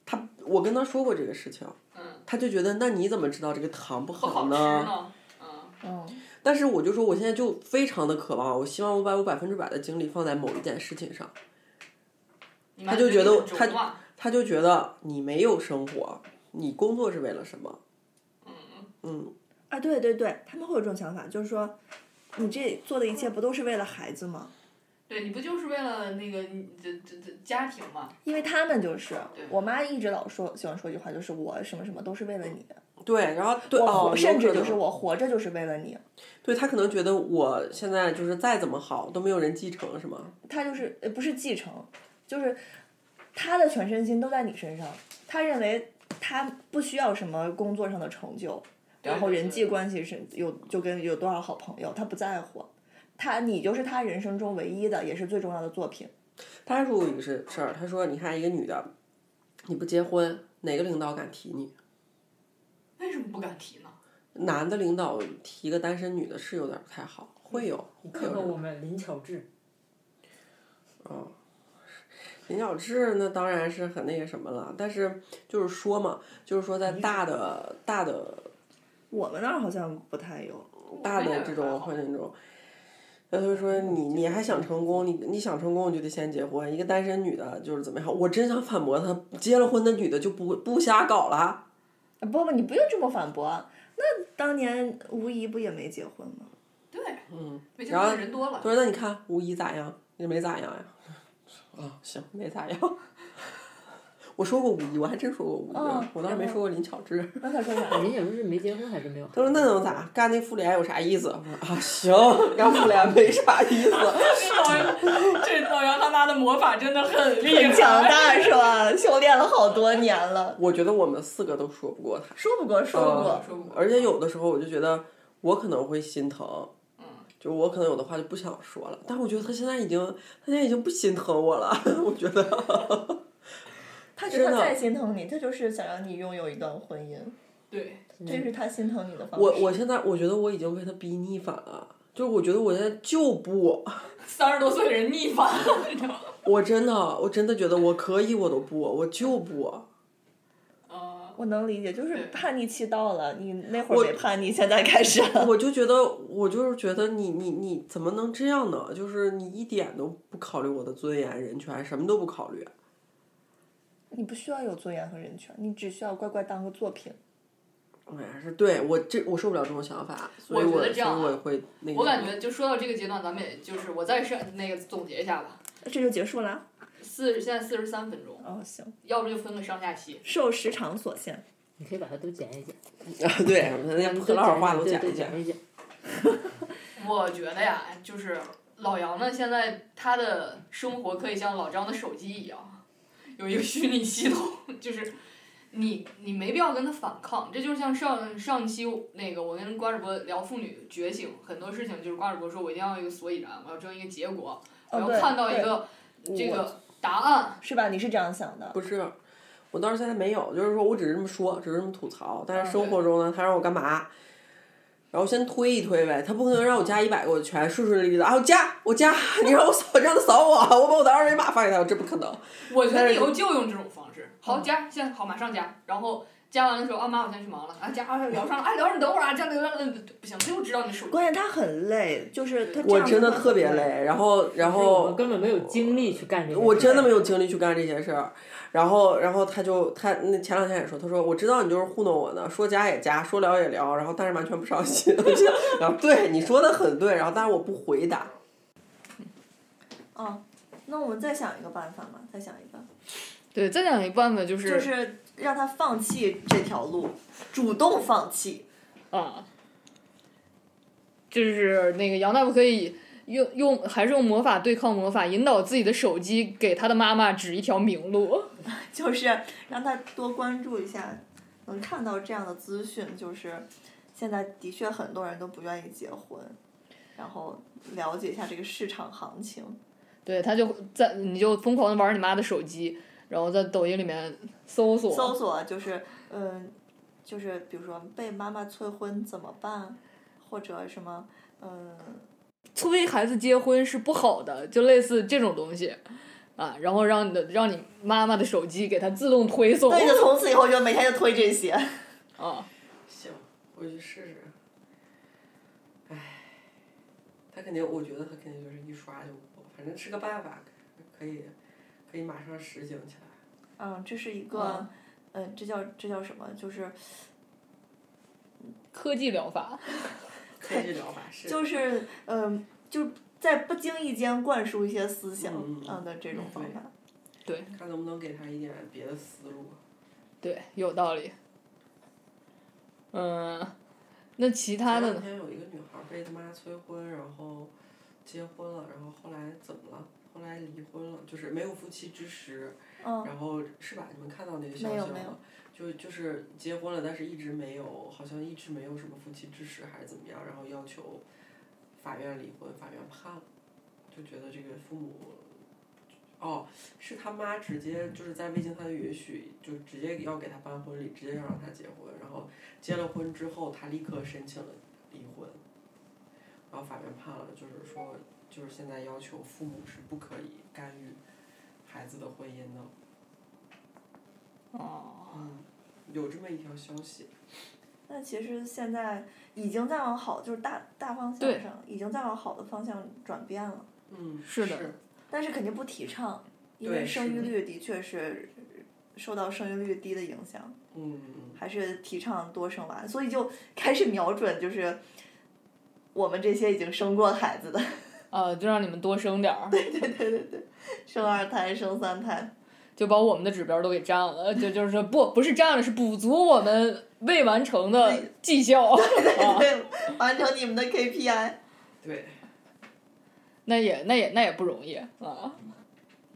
C: 他我跟他说过这个事情，
A: 嗯
C: 他就觉得那你怎么知道这个糖不
A: 不好
C: 好
A: 吃
C: 呢？
A: 呢，嗯，
B: 嗯，
C: 但是我就说我现在就非常的渴望，我希望我把我百分之百的精力放在某一件事情上。
A: 你妈
C: 他就觉得
A: 你很
C: 他
A: 轴嘛
C: 他就觉得你没有生活，你工作是为了什么？嗯，
B: 啊，对对对，他们会有这种想法，就是说，你这做的一切不都是为了孩子吗？
A: 对你不就是为了那个你这这这家庭嘛？
B: 因为他们就是，我妈一直老说，喜欢说一句话，就是我什么什么都是为了你，
C: 嗯对，然后对
B: 我
C: 哦
B: 活，甚
C: 有
B: 至
C: 可能
B: 就是我活着就是为了你。
C: 对他可能觉得我现在就是再怎么好都没有人继承，是吗？
B: 他就是呃不是继承，就是他的全身心都在你身上。他认为他不需要什么工作上的成就，然后
A: 对对
B: 人际关系是有就跟有多少好朋友，他不在乎。他你就是他人生中唯一的，也是最重要的作品。
C: 他还说过一个事事儿，他说你看一个女的，你不结婚，哪个领导敢提你？
A: 为什么不敢提呢？
C: 男的领导提一个单身女的是有点不太好，会有，
D: 你
C: 会有
D: 看
C: 这
D: 看
C: 种。
D: 我们林巧稚，
C: 林小志那当然是很那个什么了，但是就是说嘛，就是说在大的
D: 嗯
C: 大的
B: 我们那儿好像不太有，
C: 大的这种环境中，他就说你
D: 嗯
C: 你还想成功，你你想成功你就得先结婚。一个单身女的就是怎么样，我真想反驳他，结了婚的女的就不不瞎搞了。
B: 呃不不，你不用这么反驳。啊那当年吴仪不也没结婚吗？
A: 对，
C: 嗯，
A: 没结
C: 然后
A: 婚的人多了
C: 他，说那你看吴仪咋样？你没咋样呀？啊，行，没咋样。 我说过吴仪，我还真说过吴仪啊，
B: 嗯
C: 我倒是没
B: 然后
C: 说过林巧稚。
B: 那他说啥？
D: 林巧稚没结婚还是没有孩
C: 他说那能咋？干那妇联有啥意思？我说 啊行，干妇联没啥意
A: 这
C: 思。
A: 老杨，这老杨他妈的魔法真的很厉害，
B: 很强大是吧？修炼了好多年了，
C: 我觉得我们四个都说不过他，
B: 说不过说不过。
A: 说不过
C: 而且有的时候我就觉得我可能会心疼，就我可能有的话就不想说了。但我觉得他现在已经，他现在已经不心疼我了， 我觉得。
B: 他觉得
C: 真
B: 他
C: 的
B: 再心疼你，他就是想让你拥有一段婚姻，
A: 对，
B: 这是他心疼你的方式。
C: 我我现在我觉得我已经被他逼逆反了，就是我觉得我现在就不，
A: 三十多岁的人逆反了， 你知道吗？
C: 我真的我真的觉得我可以我都不，我就不。
A: 嗯
B: 我能理解，就是
A: 对
B: 叛逆期到了，你那会儿没叛逆，现在开始了。
C: 我就觉得，我就是觉得你你你怎么能这样呢？就是你一点都不考虑我的尊严、人权，什么都不考虑。
B: 你不需要有尊严和人权，你只需要乖乖当个作品。
C: 我也哎是，对我这我受不了这种想法，所以
A: 我觉
C: 我
A: 得
C: 所
A: 这样啊
C: 以我也会那个。
A: 我感觉就说到这个阶段，咱们也就是我再是那个总结一下吧，
B: 这就结束啦。
A: 四十现在四十三分钟，
B: 哦，行，
A: 要不就分个上下期，
B: 受时长所限。
D: 你可以把它都剪一剪，
C: 啊， 对，那
D: 嗯
C: 葡萄耳话都
D: 对
C: 讲
D: 对
C: 一讲。
D: 剪一剪。
A: 我觉得呀，就是老杨呢，现在他的生活可以像老张的手机一样，有一个虚拟系统，就是你你没必要跟他反抗。这就像上上期那个我跟瓜主播聊妇女觉醒，很多事情就是瓜主播说我一定要有一个所以然，我要知道一个结果，我
B: 哦，
A: 要
B: 对，
A: 看到一
B: 对
A: 个这
B: 我
A: 个答案。
B: 是吧？你是这样想的？
C: 不是，我倒是现在没有，就是说我只是这么说，只是这么吐槽。但
B: 嗯
C: 是生活中呢，他让我干嘛？然后先推一推呗，他不可能让我加一百个，我全顺顺利利的啊，我加我加， 你让我扫，让他扫我，我把我的二维码发给他，这不可能。
A: 我觉
C: 但
A: 得
C: 是
A: 以后就用这种方式，好
B: 嗯
A: 加，现在好马上加，然后加完的时候，啊妈，我先去忙了，啊加，啊聊上了，啊聊着你等会儿啊，加聊聊，嗯不行，这就知道你手机。
B: 关键他很累，就是他这
C: 我
B: 样
C: 真的
B: 会
C: 特别
B: 很
C: 累，然后然
D: 就是我
C: 后
D: 们根本没有精力去干这个。
C: 哦我真的没有精力去干这些事儿，然后然后他就他那前两天也说，他说我知道你就是糊弄我呢，说加也加，说聊也聊，然后但是完全不上心， 然后对你说的很对，然后但是我不回答，
B: 嗯，那我们再想一个办法嘛，再想一个。
A: 对，再讲一办法就是、
B: 就是让他放弃这条路，主动放弃。
A: 啊，就是那个杨大夫可以用用还是用魔法对抗魔法，引导自己的手机给他的妈妈指一条明路。
B: 就是让他多关注一下，能看到这样的资讯，就是现在的确很多人都不愿意结婚，然后了解一下这个市场行情。
A: 对，他就在你就疯狂的玩你妈的手机，然后在抖音里面搜索
B: 搜索啊就是嗯，就是比如说被妈妈催婚怎么办，或者什么嗯，
A: 催孩子结婚是不好的，就类似这种东西。啊，然后让你的让你妈妈的手机给它自动推送
B: 对，就从此以后就每天就推这些。
A: 啊，
C: 行，我去试试。唉，他肯定，我觉得他肯定就是一刷就过，反正是个办法，可以，可以马上实行起来。
B: 嗯，这是一个
A: 嗯，
B: 嗯，这叫这叫什么？就是
A: 科技疗法，
C: 科技疗法是。
B: 就是嗯，就在不经意间灌输一些思想
C: 嗯
B: 嗯的这种方法。
C: 看能不能给他一点别的思路。
A: 对，有道理。嗯，那其他的
C: 前两
A: 呢？
C: 天有一个女孩被她妈催婚，然后结婚了，然后后来怎么了？后来离婚了，就是没有夫妻之实。
B: 嗯，
C: 然后是吧？你们看到那个消
B: 没
C: 息
B: 有
C: 了
B: 没有
C: 吗？就就是结婚了，但是一直没有，好像一直没有什么夫妻之实还是怎么样，然后要求法院离婚，法院判了，就觉得这个父母，哦，是他妈直接就是在未经他的允许，就直接要给他办婚礼，直接要让他结婚，然后结了婚之后，他立刻申请了离婚，然后法院判了，就是说，就是现在要求父母是不可以干预孩子的婚姻的。
A: 哦，
C: 嗯，有这么一条消息，
B: 那其实现在已经在往好，就是大大方
A: 对
B: 向上，已经在往好的方向转变了。
C: 嗯，
A: 是的
B: 但是肯定不提倡，因
C: 对
B: 为
C: 是
B: 生育
C: 的
B: 率的确是受到生育率低的影响，
C: 嗯嗯，
B: 还是提倡多生娃，所以就 开始瞄准就是我们这些已经生过孩子的，
A: 呃，就让你们多生点儿，
B: 生二胎、生三胎，
A: 就把我们的指标都给占了，就就是说不不是占了，是补足我们未完成的绩效。 啊，
C: 哦
B: 对， 完成你们的 KPI。
C: 对，
A: 那也那也那也不容易啊。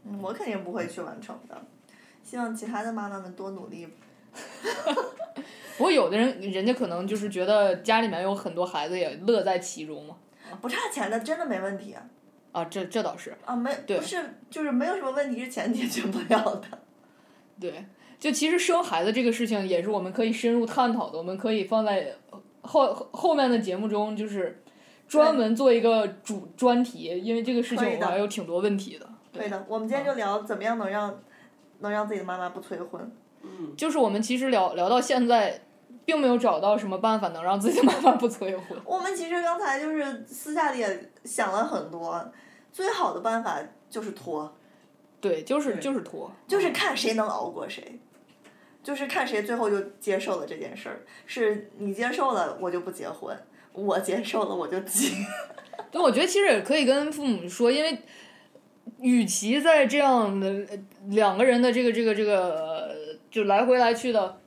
B: 嗯，我肯定不会去完成的，希望其他的妈妈们多努力。
A: 不过有的人人家可能就是觉得家里面有很多孩子也乐在其中嘛。
B: 不差钱的真的没问题啊，
A: 啊，这这倒是
B: 啊没
A: 对
B: 不是就是没有什么问题是钱解决不了的。
A: 对。就其实生孩子这个事情也是我们可以深入探讨的，我们可以放在后后后面的节目中，就是专门做一个主专题，因为这个事情
B: 可以
A: 我
B: 的
A: 还有挺多问题的。
B: 对的，我
A: 嗯
B: 们今天就聊怎么样能让能让自己的妈妈不催婚。
C: 嗯，
A: 就是我们其实聊聊到现在，并没有找到什么办法能让自己的妈 妈不催婚。
B: 我们其实刚才就是私下里也想了很多，最好的办法就是拖，
A: 对，就是
C: 对
A: 就是拖。
B: 就是看谁能熬过谁，就是看谁最后就接受了这件事儿。是你接受了，我就不结婚；我接受了，我就急。
A: 对，我觉得其实也可以跟父母说，因为与其在这样的呃两个人的这个这个这个呃就来回来去的，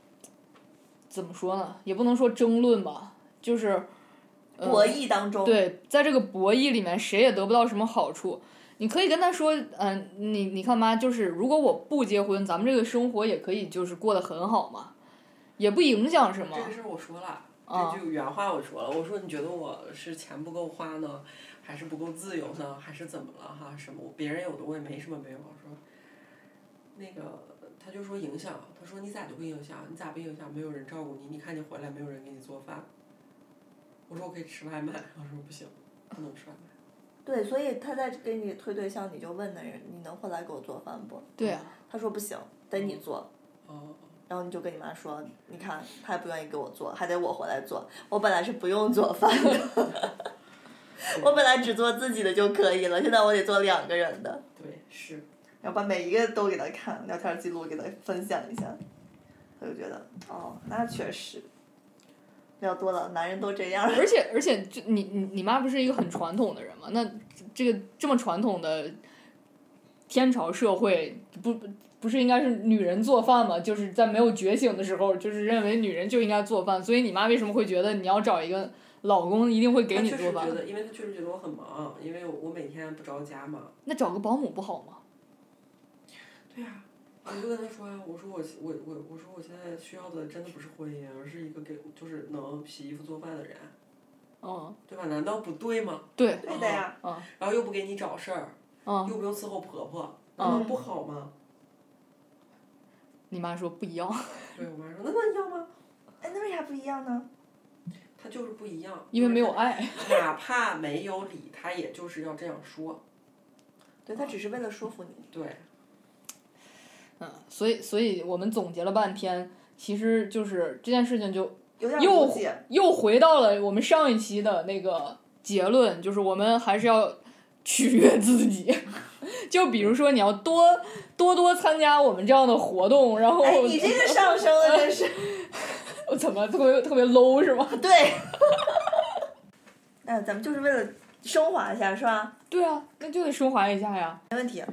A: 怎么说呢？也不能说争论吧，就是
B: 博弈当
A: 嗯
B: 中，
A: 对，在这个博弈里面，谁也得不到什么好处。你可以跟他说，嗯、你你看妈，就是如果我不结婚，咱们这个生活也可以就是过得很好嘛，也不影响什么
C: 这。个事儿我说了，
E: 哦
A: 啊
C: 这句原话我说了，我说你觉得我是钱不够花呢，还是不够自由呢，还是怎么了哈？什么？别人有的我也没什么没有，我说，那个他就说影响，他说你咋就不影响？你咋不影响？没有人照顾你，你看你回来没有人给你做饭。我说我可以吃外卖，我说不行，不能吃外卖。
B: 对，所以他在给你推对象，你就问那人，你能回来给我做饭不？
A: 对啊，
B: 他说不行，得你做。
C: 哦，
B: 然后你就跟你妈说，你看她也不愿意给我做，还得我回来做。我本来是不用做饭 的，我本来只做自己的就可以了，现在我得做两个人的，
C: 对，是，
B: 然后把每一个都给她看，聊天记录给她分享一下，她就觉得哦，那确实，聊多了，男人都这样。
A: 而且而且，就你你你妈不是一个很传统的人嘛？那这个这么传统的
E: 天朝社会不不不是应该是女人做饭吗？就是在没有觉醒的时候，就是认为女人就应该做饭，所以你妈为什么会觉得你要找一个老公一定会给
C: 他
E: 你
C: 确
E: 做
C: 实
E: 饭
C: 觉？得，因为他确实觉得我很忙，因为我我每天不着家嘛。
E: 那找个保姆不好吗？
C: 对呀、我就跟他说呀、我说我我我我说我现在需要的真的不是婚姻，而是一个给就是能洗衣服做饭的人，
A: 哦
E: 嗯，
C: 对吧？难道不对吗？
E: 对，
C: 对的呀。
E: 嗯
C: 然后又不给你找事儿，
A: 哦
E: 嗯，
C: 又不用伺候婆婆，
E: 嗯
C: 难道不好吗？
E: 你妈说不一样，
C: 对我妈说那那一样吗？
B: 哎，那为啥不一样呢？
C: 他就是不一样，
E: 因为没有
C: 就是
E: 爱。
C: 他，哪怕没有理，他也就是要这样说。
B: 对他只是为了说服你。
C: 对，
E: 嗯，所以所以我们总结了半天，其实就是这件事情就
B: 有点
E: 又
B: 误解，
E: 又回到了我们上一期的那个结论，就是我们还是要取悦自己。 就比如说，你要多多多参加我们这样的活动，然后、
A: 哦
B: 哎，你这个上升了，真是
E: 我怎么特别特别 low 是吗？
B: 对。 那咱们就是为了升华一下，是吧？
E: 对啊，那就得升华一下呀。
B: 没问题。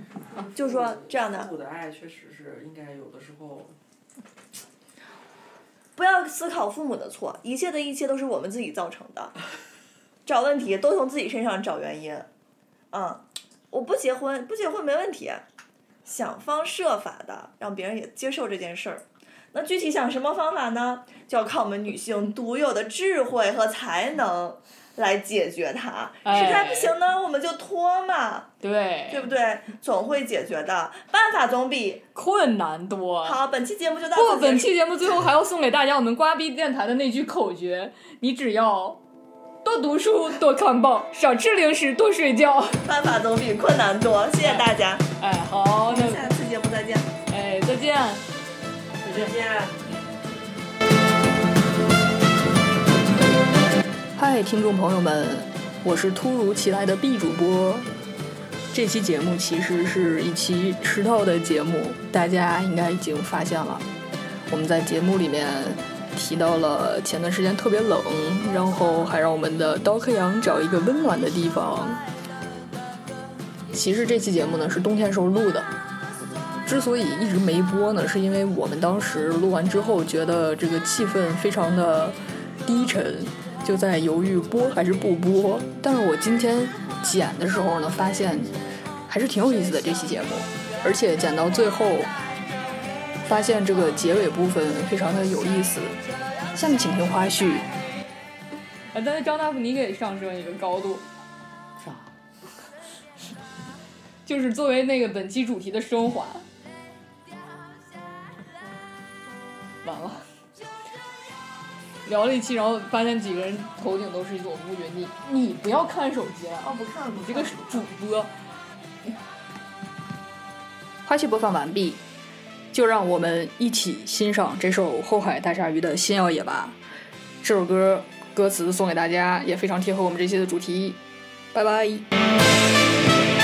B: 就说这样的，
C: 父母的爱确实是应该有的时候，
B: 不要思考父母的错，一切的一切都是我们自己造成的。找问题都从自己身上找原因。嗯，我不结婚，不结婚没问题，想方设法的让别人也接受这件事儿。那具体想什么方法呢？就要靠我们女性独有的智慧和才能来解决它。实在不行呢，我们就拖嘛，
E: 对，
B: 对不对？总会解决的，办法总比
E: 困难多。
B: 好。本期节目就到
E: 不，
B: 此
E: 本
B: 结束。
E: 期节目最后还要送给大家我们瓜逼电台的那句口诀：你只要多读书、多看报、少吃零食、多睡觉。
B: 办法总比困难多。谢谢大家。
E: 哎，好，那
B: 下次节目再见。
E: 哎，再见。
C: 再见。
E: 嗨，听众朋友们，我是突如其来的 B 主播。这期节目其实是一期迟到的节目，大家应该已经发现了。我们在节目里面提到了前段时间特别冷，然后还让我们的刀客羊找一个温暖的地方。其实这期节目呢是冬天时候录的，之所以一直没播呢，是因为我们当时录完之后觉得这个气氛非常的低沉，就在犹豫播还是不播。但是我今天剪的时候呢，发现还是挺有意思的这期节目，而且剪到最后，发现这个结尾部分非常的有意思。下面请听花絮。啊，但是张大夫，你给上升一个高度，
D: 啥？
E: 就是作为那个本期主题的升华。完了，聊了一期，然后发现几个人头顶都是一朵乌云。你你不要看手机啊！
B: 哦，不看了，不
E: 你这个是主播。花絮播放完毕，就让我们一起欣赏这首《后海大鲨鱼》的新耀野吧。这首歌歌词送给大家，也非常贴合我们这期的主题。拜拜。
F: 「